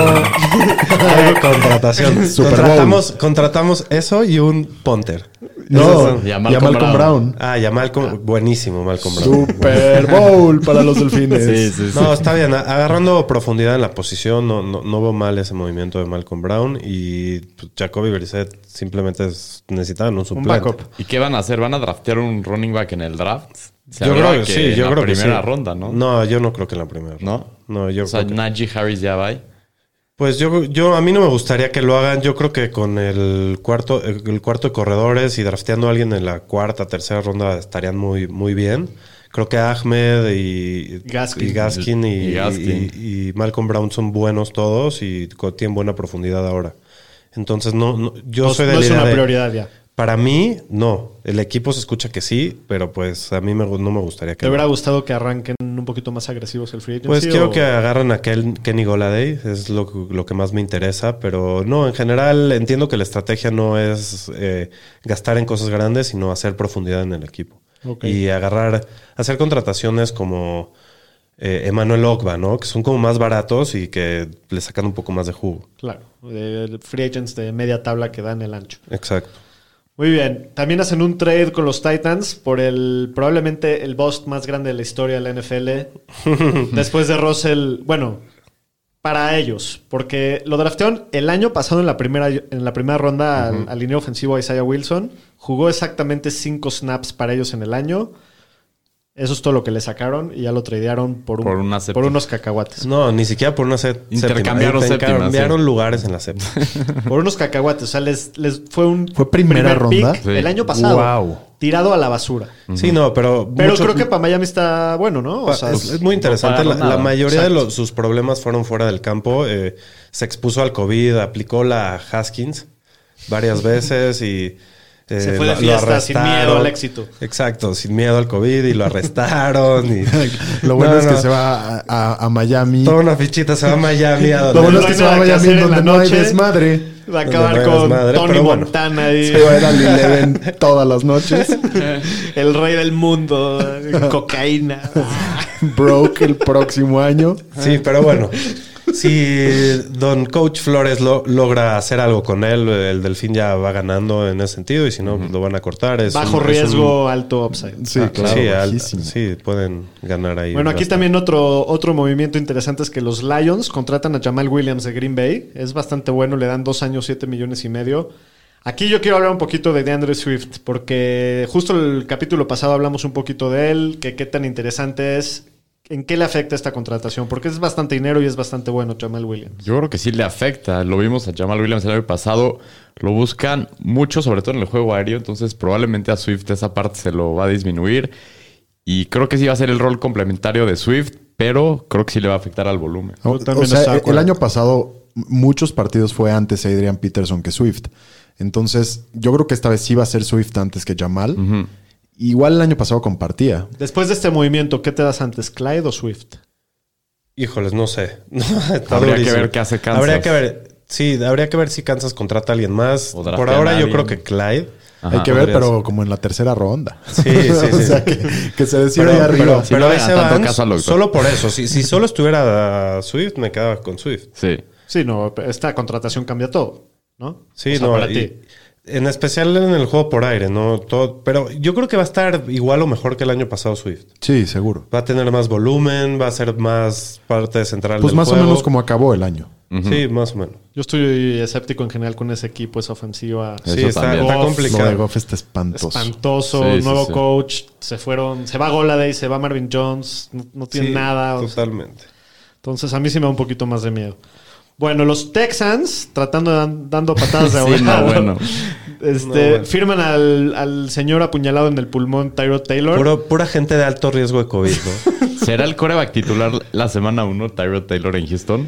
[SPEAKER 4] Algo contratación.
[SPEAKER 3] Super Bowl.
[SPEAKER 4] contratamos, contratamos eso y un punter.
[SPEAKER 3] No,
[SPEAKER 4] Esos son-
[SPEAKER 5] Y
[SPEAKER 3] ya
[SPEAKER 5] a Malcolm
[SPEAKER 3] Malcolm
[SPEAKER 5] Brown.
[SPEAKER 3] Brown.
[SPEAKER 4] Ah, ya Malcolm, buenísimo Malcolm Brown.
[SPEAKER 3] Super Bowl para los delfines.
[SPEAKER 5] Sí, sí, sí.
[SPEAKER 4] No, está bien. A- Agarrando profundidad en la posición, no, no, no veo mal ese movimiento de Malcolm Brown. Y pues, Jacoby Brissett simplemente es- necesitaban un
[SPEAKER 2] Un
[SPEAKER 4] suplente.
[SPEAKER 2] backup.
[SPEAKER 5] ¿Y qué van a hacer? ¿Van a draftear un running back en el draft? Se
[SPEAKER 4] yo
[SPEAKER 5] hablaba
[SPEAKER 4] creo que, sí,
[SPEAKER 5] en
[SPEAKER 4] yo
[SPEAKER 5] la
[SPEAKER 4] creo que sí.
[SPEAKER 5] primera ronda, ¿no?
[SPEAKER 4] No, yo no creo que en la primera.
[SPEAKER 5] ¿No?
[SPEAKER 4] No, yo
[SPEAKER 5] O sea,
[SPEAKER 4] creo que-
[SPEAKER 5] Najee Harris ya va ahí.
[SPEAKER 4] Pues yo, yo a mí no me gustaría que lo hagan. Yo creo que con el cuarto, el cuarto de corredores y drafteando a alguien en la cuarta, tercera ronda estarían muy, muy bien. Creo que Ahmed y
[SPEAKER 2] Gaskin.
[SPEAKER 4] y, Gaskin y,
[SPEAKER 5] Y Gaskin.
[SPEAKER 4] y- y Malcolm Brown son buenos todos y co- tienen buena profundidad ahora. Entonces no, no- yo
[SPEAKER 2] No,
[SPEAKER 4] soy de
[SPEAKER 2] no
[SPEAKER 4] la
[SPEAKER 2] es
[SPEAKER 4] idea
[SPEAKER 2] una
[SPEAKER 4] de-
[SPEAKER 2] prioridad ya.
[SPEAKER 4] Para mí no. El equipo se escucha que sí, pero pues a mí me gu- no me gustaría que.
[SPEAKER 2] ¿Te
[SPEAKER 4] lo
[SPEAKER 2] hubiera gustado que arranquen un poquito más agresivos el free agency?
[SPEAKER 4] Pues quiero
[SPEAKER 2] o-
[SPEAKER 4] que agarren a Kel- Kenny Goladay, es lo, que- lo que más me interesa, pero no, en general entiendo que la estrategia no es eh, gastar en cosas grandes, sino hacer profundidad en el equipo.
[SPEAKER 2] Ok.
[SPEAKER 4] Y agarrar, hacer contrataciones como eh, Emanuel Ogba, ¿no? Que son como más baratos y que le sacan un poco más de jugo.
[SPEAKER 2] Claro, de free agents de media tabla que dan el ancho.
[SPEAKER 4] Exacto.
[SPEAKER 2] Muy bien. También hacen un trade con los Titans por el probablemente el bust más grande de la historia de la NFL. después de Russell, bueno, para ellos, porque lo draftearon el año pasado en la primera, en la primera ronda al, al línea ofensivo a Isaiah Wilson. Jugó exactamente cinco snaps para ellos en el año. Eso es todo lo que le sacaron y ya lo tradearon por, un-
[SPEAKER 5] Por una
[SPEAKER 2] por
[SPEAKER 5] séptima.
[SPEAKER 2] unos cacahuates.
[SPEAKER 4] No, ni siquiera por una set.
[SPEAKER 5] Intercambiaron séptima,
[SPEAKER 4] Intercambiaron
[SPEAKER 5] sí.
[SPEAKER 4] lugares en la séptima.
[SPEAKER 2] Por unos cacahuates. O sea, les, les fue un.
[SPEAKER 3] ¿Fue primera ronda?
[SPEAKER 2] pick
[SPEAKER 5] Sí.
[SPEAKER 2] El año pasado.
[SPEAKER 3] Guau.
[SPEAKER 2] Tirado a la basura.
[SPEAKER 4] Sí, no, pero...
[SPEAKER 2] Pero
[SPEAKER 4] mucho-
[SPEAKER 2] creo que para Miami está bueno, ¿no? O
[SPEAKER 4] Pa-
[SPEAKER 2] sea,
[SPEAKER 4] es, es muy interesante.
[SPEAKER 5] no
[SPEAKER 4] La,
[SPEAKER 5] pagaron
[SPEAKER 4] la
[SPEAKER 5] nada.
[SPEAKER 4] mayoría de los- sus problemas fueron fuera del campo. Eh, se expuso al COVID, aplicó la Haskins varias veces y. eh,
[SPEAKER 2] Se fue de
[SPEAKER 4] lo- lo
[SPEAKER 2] fiesta, sin miedo
[SPEAKER 4] arrestaron.
[SPEAKER 2] al éxito.
[SPEAKER 4] Exacto, sin miedo al COVID y lo arrestaron. y-
[SPEAKER 3] Lo bueno
[SPEAKER 4] No,
[SPEAKER 3] es
[SPEAKER 4] no,
[SPEAKER 3] que
[SPEAKER 4] no.
[SPEAKER 3] se va a, a- a Miami.
[SPEAKER 4] Toda una fichita se va a Miami. a donde
[SPEAKER 3] Lo bueno es
[SPEAKER 2] no
[SPEAKER 3] que
[SPEAKER 2] hay
[SPEAKER 3] se va a
[SPEAKER 2] nada que
[SPEAKER 3] Miami
[SPEAKER 2] hacer en la
[SPEAKER 3] donde no hay
[SPEAKER 2] noche.
[SPEAKER 3] desmadre.
[SPEAKER 2] va a acabar
[SPEAKER 4] no me
[SPEAKER 2] con
[SPEAKER 4] desmadre,
[SPEAKER 2] Tony
[SPEAKER 4] pero bueno.
[SPEAKER 2] Montana y
[SPEAKER 3] Se va a ir al Eleven todas las noches.
[SPEAKER 2] el rey del mundo, eh, cocaína.
[SPEAKER 3] Broke el próximo año.
[SPEAKER 4] Sí, pero bueno. si Don Coach Flores lo- logra hacer algo con él, el Delfín ya va ganando en ese sentido y si no, lo van a cortar. Es
[SPEAKER 2] Bajo
[SPEAKER 4] un- es un-
[SPEAKER 2] riesgo, alto upside.
[SPEAKER 3] Sí,
[SPEAKER 4] Ah,
[SPEAKER 3] claro.
[SPEAKER 4] sí, al-
[SPEAKER 3] bajísimo.
[SPEAKER 4] sí, pueden ganar ahí.
[SPEAKER 2] Bueno, aquí
[SPEAKER 4] bastante.
[SPEAKER 2] también otro, otro movimiento interesante es que los Lions contratan a Jamal Williams de Green Bay. Es bastante bueno, le dan dos años, siete millones y medio. Aquí yo quiero hablar un poquito de DeAndre Swift, porque justo el capítulo pasado hablamos un poquito de él, que qué tan interesante es, en qué le afecta esta contratación, porque es bastante dinero y es bastante bueno Jamal Williams.
[SPEAKER 5] Yo creo que sí le afecta. Lo vimos a Jamal Williams el año pasado. Lo buscan mucho, sobre todo en el juego aéreo. Entonces, probablemente a Swift esa parte se lo va a disminuir. Y creo que sí va a ser el rol complementario de Swift, pero creo que sí le va a afectar al volumen.
[SPEAKER 3] O,
[SPEAKER 2] Yo también
[SPEAKER 3] o sea,
[SPEAKER 2] estoy de
[SPEAKER 3] el- el
[SPEAKER 2] acuerdo.
[SPEAKER 3] año pasado m- muchos partidos fue antes Adrian Peterson que Swift. Entonces, yo creo que esta vez sí va a ser Swift antes que Jamal.
[SPEAKER 5] Mm.
[SPEAKER 3] Igual el año pasado compartía.
[SPEAKER 2] Después de este movimiento, ¿qué te das antes, Clyde o Swift?
[SPEAKER 4] Híjoles, no sé. No, está
[SPEAKER 5] Habría que
[SPEAKER 4] durísimo.
[SPEAKER 5] ver qué hace Kansas.
[SPEAKER 4] Habría que ver. Sí, habría que ver si Kansas contrata a alguien más.
[SPEAKER 5] O
[SPEAKER 4] Por
[SPEAKER 5] draftean a
[SPEAKER 4] ahora yo
[SPEAKER 5] alguien.
[SPEAKER 4] creo que Clyde.
[SPEAKER 5] Ajá.
[SPEAKER 3] Hay que ver,
[SPEAKER 4] podría
[SPEAKER 3] pero como en la tercera ronda.
[SPEAKER 4] Sí, sí, sí.
[SPEAKER 3] o sea, que, que se decida ahí arriba.
[SPEAKER 5] Si no
[SPEAKER 4] pero
[SPEAKER 5] le
[SPEAKER 4] ese
[SPEAKER 5] hagan tanto
[SPEAKER 4] Vance,
[SPEAKER 5] caso al doctor.
[SPEAKER 4] solo por eso. Si, si solo estuviera Swift, me quedaba con Swift.
[SPEAKER 5] Sí.
[SPEAKER 2] Sí, no, esta contratación cambia todo, ¿no?
[SPEAKER 4] Sí,
[SPEAKER 2] O sea,
[SPEAKER 4] no.
[SPEAKER 2] para
[SPEAKER 4] y-
[SPEAKER 2] ti.
[SPEAKER 4] En especial en el juego por aire, ¿no? Todo, pero yo creo que va a estar igual o mejor que el año pasado Swift.
[SPEAKER 3] Sí, seguro.
[SPEAKER 4] Va a tener más volumen, va a ser más parte central
[SPEAKER 3] Pues
[SPEAKER 4] del
[SPEAKER 3] más
[SPEAKER 4] juego.
[SPEAKER 3] o menos como acabó el año.
[SPEAKER 4] Sí, más o menos.
[SPEAKER 2] Yo estoy escéptico en general con ese equipo, esa ofensiva.
[SPEAKER 5] Eso
[SPEAKER 4] sí, está,
[SPEAKER 5] también.
[SPEAKER 4] está
[SPEAKER 2] Goff,
[SPEAKER 3] Lo de
[SPEAKER 4] complicado.
[SPEAKER 3] Goff está espantoso.
[SPEAKER 2] espantoso,
[SPEAKER 5] Sí, sí,
[SPEAKER 2] nuevo
[SPEAKER 5] sí.
[SPEAKER 2] coach, se fueron, se va Goladay, se va Marvin Jones, no, no tiene
[SPEAKER 4] Sí,
[SPEAKER 2] nada. o sea,
[SPEAKER 4] Totalmente.
[SPEAKER 2] entonces a mí sí me da un poquito más de miedo. Bueno, los Texans, tratando de dan- dando patadas de
[SPEAKER 5] Sí,
[SPEAKER 2] ahogado,
[SPEAKER 5] no, bueno.
[SPEAKER 2] este,
[SPEAKER 4] No, bueno.
[SPEAKER 2] firman al, al señor apuñalado en el pulmón Tyro Taylor.
[SPEAKER 4] Puro- pura gente de alto riesgo de COVID, ¿no?
[SPEAKER 5] ¿Será el coreback titular la semana 1, Tyrod Taylor en Houston?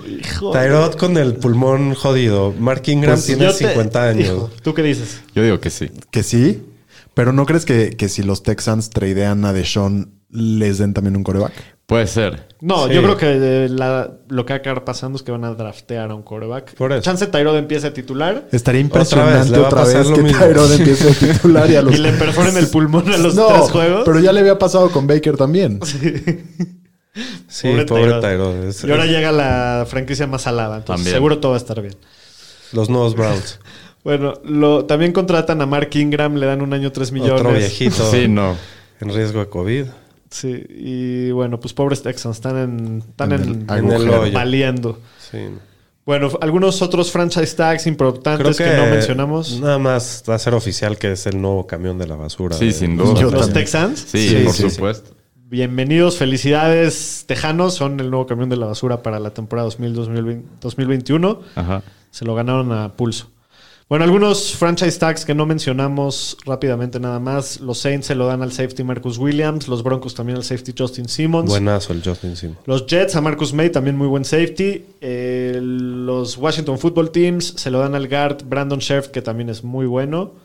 [SPEAKER 4] Tyrod con el pulmón jodido. Mark Ingram
[SPEAKER 2] Pues
[SPEAKER 4] tiene
[SPEAKER 2] yo te-
[SPEAKER 4] 50 años.
[SPEAKER 2] Hijo, ¿Tú qué dices?
[SPEAKER 5] Yo digo que sí.
[SPEAKER 3] Que sí, pero ¿no crees que, que si los Texans tradean a Deshaun, les den también un coreback?
[SPEAKER 5] Puede ser.
[SPEAKER 2] No,
[SPEAKER 4] Sí.
[SPEAKER 2] yo creo que eh, la- lo que va a acabar pasando es que van a draftear a un coreback.
[SPEAKER 4] Por eso.
[SPEAKER 2] Chance Tyrod empieza a titular
[SPEAKER 3] Estaría
[SPEAKER 4] vez,
[SPEAKER 3] impresionante
[SPEAKER 4] le va a
[SPEAKER 3] otra vez,
[SPEAKER 4] pasar lo
[SPEAKER 3] que
[SPEAKER 4] mismo.
[SPEAKER 3] Tyrod empiece a titular y a los...
[SPEAKER 2] y le perforen el pulmón a los
[SPEAKER 3] No,
[SPEAKER 2] tres juegos.
[SPEAKER 3] pero ya le había pasado con Baker también.
[SPEAKER 4] Sí, pobre, Tyrod. Es-
[SPEAKER 2] Y ahora
[SPEAKER 4] es-
[SPEAKER 2] llega la franquicia más alada. Entonces,
[SPEAKER 5] También.
[SPEAKER 2] seguro todo va a estar bien.
[SPEAKER 4] Los nuevos Browns.
[SPEAKER 2] Bueno, lo, también contratan a Mark Ingram, le dan un año 3 millones.
[SPEAKER 4] Otro viejito.
[SPEAKER 5] Sí, no.
[SPEAKER 4] En riesgo de COVID.
[SPEAKER 2] Sí, y bueno, pues pobres Texans están en. Están
[SPEAKER 3] En el
[SPEAKER 2] en.
[SPEAKER 4] En el hoyo.
[SPEAKER 2] paliando.
[SPEAKER 4] Sí. no.
[SPEAKER 2] Bueno, f- algunos otros franchise tags
[SPEAKER 4] Creo
[SPEAKER 2] importantes que, no mencionamos.
[SPEAKER 4] Nada más va a ser oficial que es el nuevo camión de la basura.
[SPEAKER 5] Sí,
[SPEAKER 4] de-
[SPEAKER 5] sin duda.
[SPEAKER 3] Yo
[SPEAKER 2] Los
[SPEAKER 3] también.
[SPEAKER 2] Texans.
[SPEAKER 5] Sí,
[SPEAKER 3] Sí,
[SPEAKER 5] por
[SPEAKER 3] sí, sí.
[SPEAKER 5] supuesto.
[SPEAKER 2] Bienvenidos, felicidades, Tejanos. Son el nuevo camión de la basura para la temporada 2000, 2020, 2021.
[SPEAKER 5] Ajá.
[SPEAKER 2] Se lo ganaron a pulso. Bueno, algunos franchise tags que no mencionamos rápidamente nada más. Los Saints se lo dan al safety Marcus Williams. Los Broncos también al safety Justin Simmons.
[SPEAKER 4] Buenazo el Justin Simmons.
[SPEAKER 2] Los Jets a Marcus May, también muy buen safety. Eh, los Washington Football Teams se lo dan al guard Brandon Scherf, que también es muy bueno.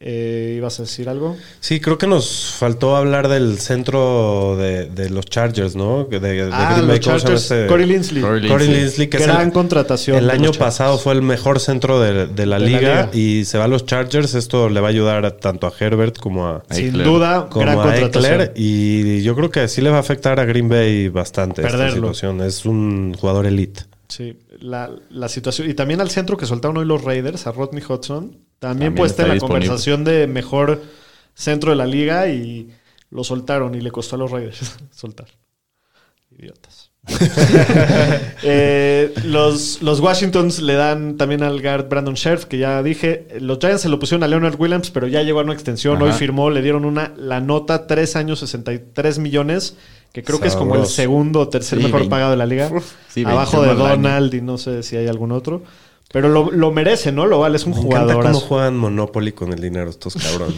[SPEAKER 2] Eh, ¿Ibas a decir algo?
[SPEAKER 4] Sí, creo que nos faltó hablar del centro de, de los Chargers, ¿no? De, de
[SPEAKER 2] ah, los
[SPEAKER 4] Green Bay, ¿cómo se llama
[SPEAKER 2] Chargers,
[SPEAKER 4] este?
[SPEAKER 2] Corey Linsley.
[SPEAKER 5] Corey
[SPEAKER 4] Corey
[SPEAKER 5] Lindsey.
[SPEAKER 4] Linsley, que es
[SPEAKER 2] Gran
[SPEAKER 4] el-
[SPEAKER 2] contratación.
[SPEAKER 4] El
[SPEAKER 2] de
[SPEAKER 4] año
[SPEAKER 2] los Chargers.
[SPEAKER 4] pasado fue el mejor centro de, de la,
[SPEAKER 2] De la
[SPEAKER 4] liga,
[SPEAKER 2] liga.
[SPEAKER 4] y se va a los Chargers. Esto le va a ayudar a- tanto a Herbert como a,
[SPEAKER 5] Ahí,
[SPEAKER 2] Sin
[SPEAKER 5] claro.
[SPEAKER 2] duda,
[SPEAKER 4] como
[SPEAKER 2] gran
[SPEAKER 4] a
[SPEAKER 2] contratación.
[SPEAKER 4] Eckler. Y yo creo que sí le va a afectar a Green Bay bastante esta
[SPEAKER 2] Perderlo.
[SPEAKER 4] situación. Es un jugador elite.
[SPEAKER 2] Sí, la, la situación. Y también al centro que soltaron hoy los Raiders, a Rodney Hudson. También, puede estar en la
[SPEAKER 5] está disponible.
[SPEAKER 2] conversación de mejor centro de la liga y lo soltaron y le costó a los Raiders soltar. Idiotas. Eh, los, los Washingtons le dan también al guard Brandon Scherf, que ya dije. Los Giants se lo pusieron a Leonard Williams, pero ya llegó a una extensión. Hoy
[SPEAKER 5] Ajá.
[SPEAKER 2] firmó, le dieron una la nota, 3 años, 63 millones, que creo que es como el
[SPEAKER 4] Sabroso.
[SPEAKER 2] segundo o tercer
[SPEAKER 5] Sí,
[SPEAKER 2] mejor
[SPEAKER 5] vein-
[SPEAKER 2] pagado de la liga.
[SPEAKER 5] Sí,
[SPEAKER 2] Abajo
[SPEAKER 5] 21
[SPEAKER 2] de
[SPEAKER 5] al año.
[SPEAKER 2] Donald y no sé si hay algún otro. Pero lo, lo merece, ¿no? Lo vale, es un
[SPEAKER 4] Me encanta cómo
[SPEAKER 2] jugador.
[SPEAKER 4] juegan Monopoly con el dinero estos cabrones.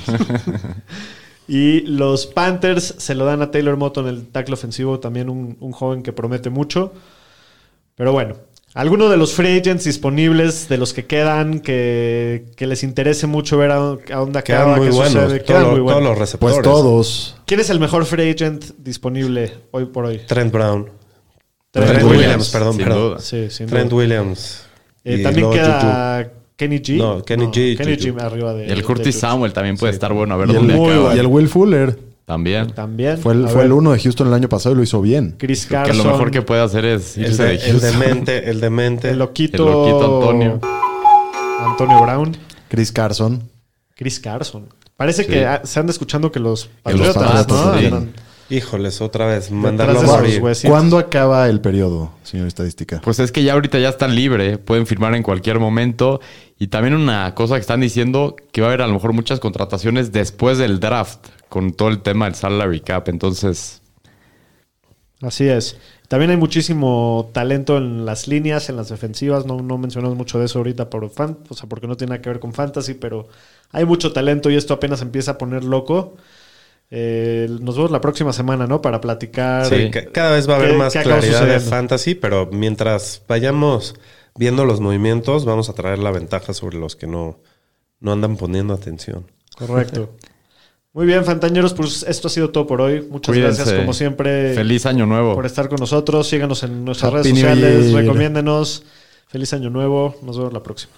[SPEAKER 2] Y los Panthers se lo dan a Taylor Moton, el tackle ofensivo, también un, un joven que promete mucho. Pero bueno, alguno de los free agents disponibles, de los que quedan, que, que les interese mucho ver a, a onda que
[SPEAKER 4] Quedan muy buenos.
[SPEAKER 2] Quedan
[SPEAKER 4] Todo-
[SPEAKER 2] muy buenos.
[SPEAKER 4] Todos los
[SPEAKER 3] Pues
[SPEAKER 4] receptores.
[SPEAKER 3] todos.
[SPEAKER 2] ¿Quién es el mejor free agent disponible hoy por hoy?
[SPEAKER 4] Trent Brown.
[SPEAKER 2] Trent
[SPEAKER 4] Trent,
[SPEAKER 2] Williams,
[SPEAKER 4] Williams, perdón,
[SPEAKER 5] sin
[SPEAKER 4] perdón.
[SPEAKER 5] duda.
[SPEAKER 2] Sí, sin duda.
[SPEAKER 4] Trent Williams.
[SPEAKER 2] Eh,
[SPEAKER 4] Y
[SPEAKER 2] también
[SPEAKER 4] luego
[SPEAKER 2] queda Kenny G.
[SPEAKER 4] No, Kenny G,
[SPEAKER 2] Kenny
[SPEAKER 4] Juju.
[SPEAKER 2] G arriba de.
[SPEAKER 5] El
[SPEAKER 2] de
[SPEAKER 5] Curtis
[SPEAKER 2] Juju.
[SPEAKER 5] Samuel también puede estar bueno. A ver
[SPEAKER 3] Y el,
[SPEAKER 5] dónde acaba.
[SPEAKER 3] y el Will Fuller.
[SPEAKER 5] También.
[SPEAKER 2] También.
[SPEAKER 3] Fue el,
[SPEAKER 2] A
[SPEAKER 3] fue el
[SPEAKER 2] ver,
[SPEAKER 3] uno de Houston el año pasado y lo hizo bien.
[SPEAKER 2] Chris
[SPEAKER 5] Que
[SPEAKER 2] Carson.
[SPEAKER 5] lo mejor que puede hacer es
[SPEAKER 4] El,
[SPEAKER 5] irse
[SPEAKER 4] de-
[SPEAKER 5] de
[SPEAKER 4] el
[SPEAKER 5] Houston.
[SPEAKER 4] demente, el demente.
[SPEAKER 2] El loquito.
[SPEAKER 5] El loquito Antonio.
[SPEAKER 2] Antonio Brown.
[SPEAKER 3] Chris Carson.
[SPEAKER 2] Chris Carson. Parece
[SPEAKER 5] Sí.
[SPEAKER 2] que ah, se anda escuchando que los
[SPEAKER 3] los
[SPEAKER 2] patriotas, ¿no?
[SPEAKER 3] Patriotas, sí.
[SPEAKER 2] Andan
[SPEAKER 4] Híjoles, otra vez,
[SPEAKER 2] detrás
[SPEAKER 4] mandarlo
[SPEAKER 2] de sus
[SPEAKER 4] a morir.
[SPEAKER 2] huesitos.
[SPEAKER 3] ¿Cuándo acaba el periodo, señor estadística?
[SPEAKER 5] Pues es que ya ahorita ya está libre, pueden firmar en cualquier momento. Y también una cosa que están diciendo que va a haber a lo mejor muchas contrataciones después del draft, con todo el tema del salary cap. Entonces,
[SPEAKER 2] Así es. También hay muchísimo talento en las líneas, en las defensivas. No, no mencionamos mucho de eso ahorita por fan, o sea, porque no tiene nada que ver con fantasy, pero hay mucho talento y esto apenas empieza a poner loco. Eh, nos vemos la próxima semana, ¿no? Para platicar.
[SPEAKER 4] Sí,
[SPEAKER 5] Sí.
[SPEAKER 4] ca- cada vez va a haber
[SPEAKER 2] ¿Qué-
[SPEAKER 4] más
[SPEAKER 2] qué acaba
[SPEAKER 4] claridad de
[SPEAKER 2] sucediendo?
[SPEAKER 4] fantasy, pero mientras vayamos viendo los movimientos, vamos a traer la ventaja sobre los que no, no andan poniendo atención.
[SPEAKER 2] Correcto. Muy bien, fantañeros, pues esto ha sido todo por hoy. Muchas
[SPEAKER 5] Cuídense.
[SPEAKER 2] gracias, como siempre,
[SPEAKER 5] feliz año nuevo.
[SPEAKER 2] por estar con nosotros. Síganos en nuestras
[SPEAKER 3] Happy
[SPEAKER 2] redes
[SPEAKER 3] New
[SPEAKER 2] sociales,
[SPEAKER 3] Year.
[SPEAKER 2] recomiéndenos. Feliz año nuevo. Nos vemos la próxima.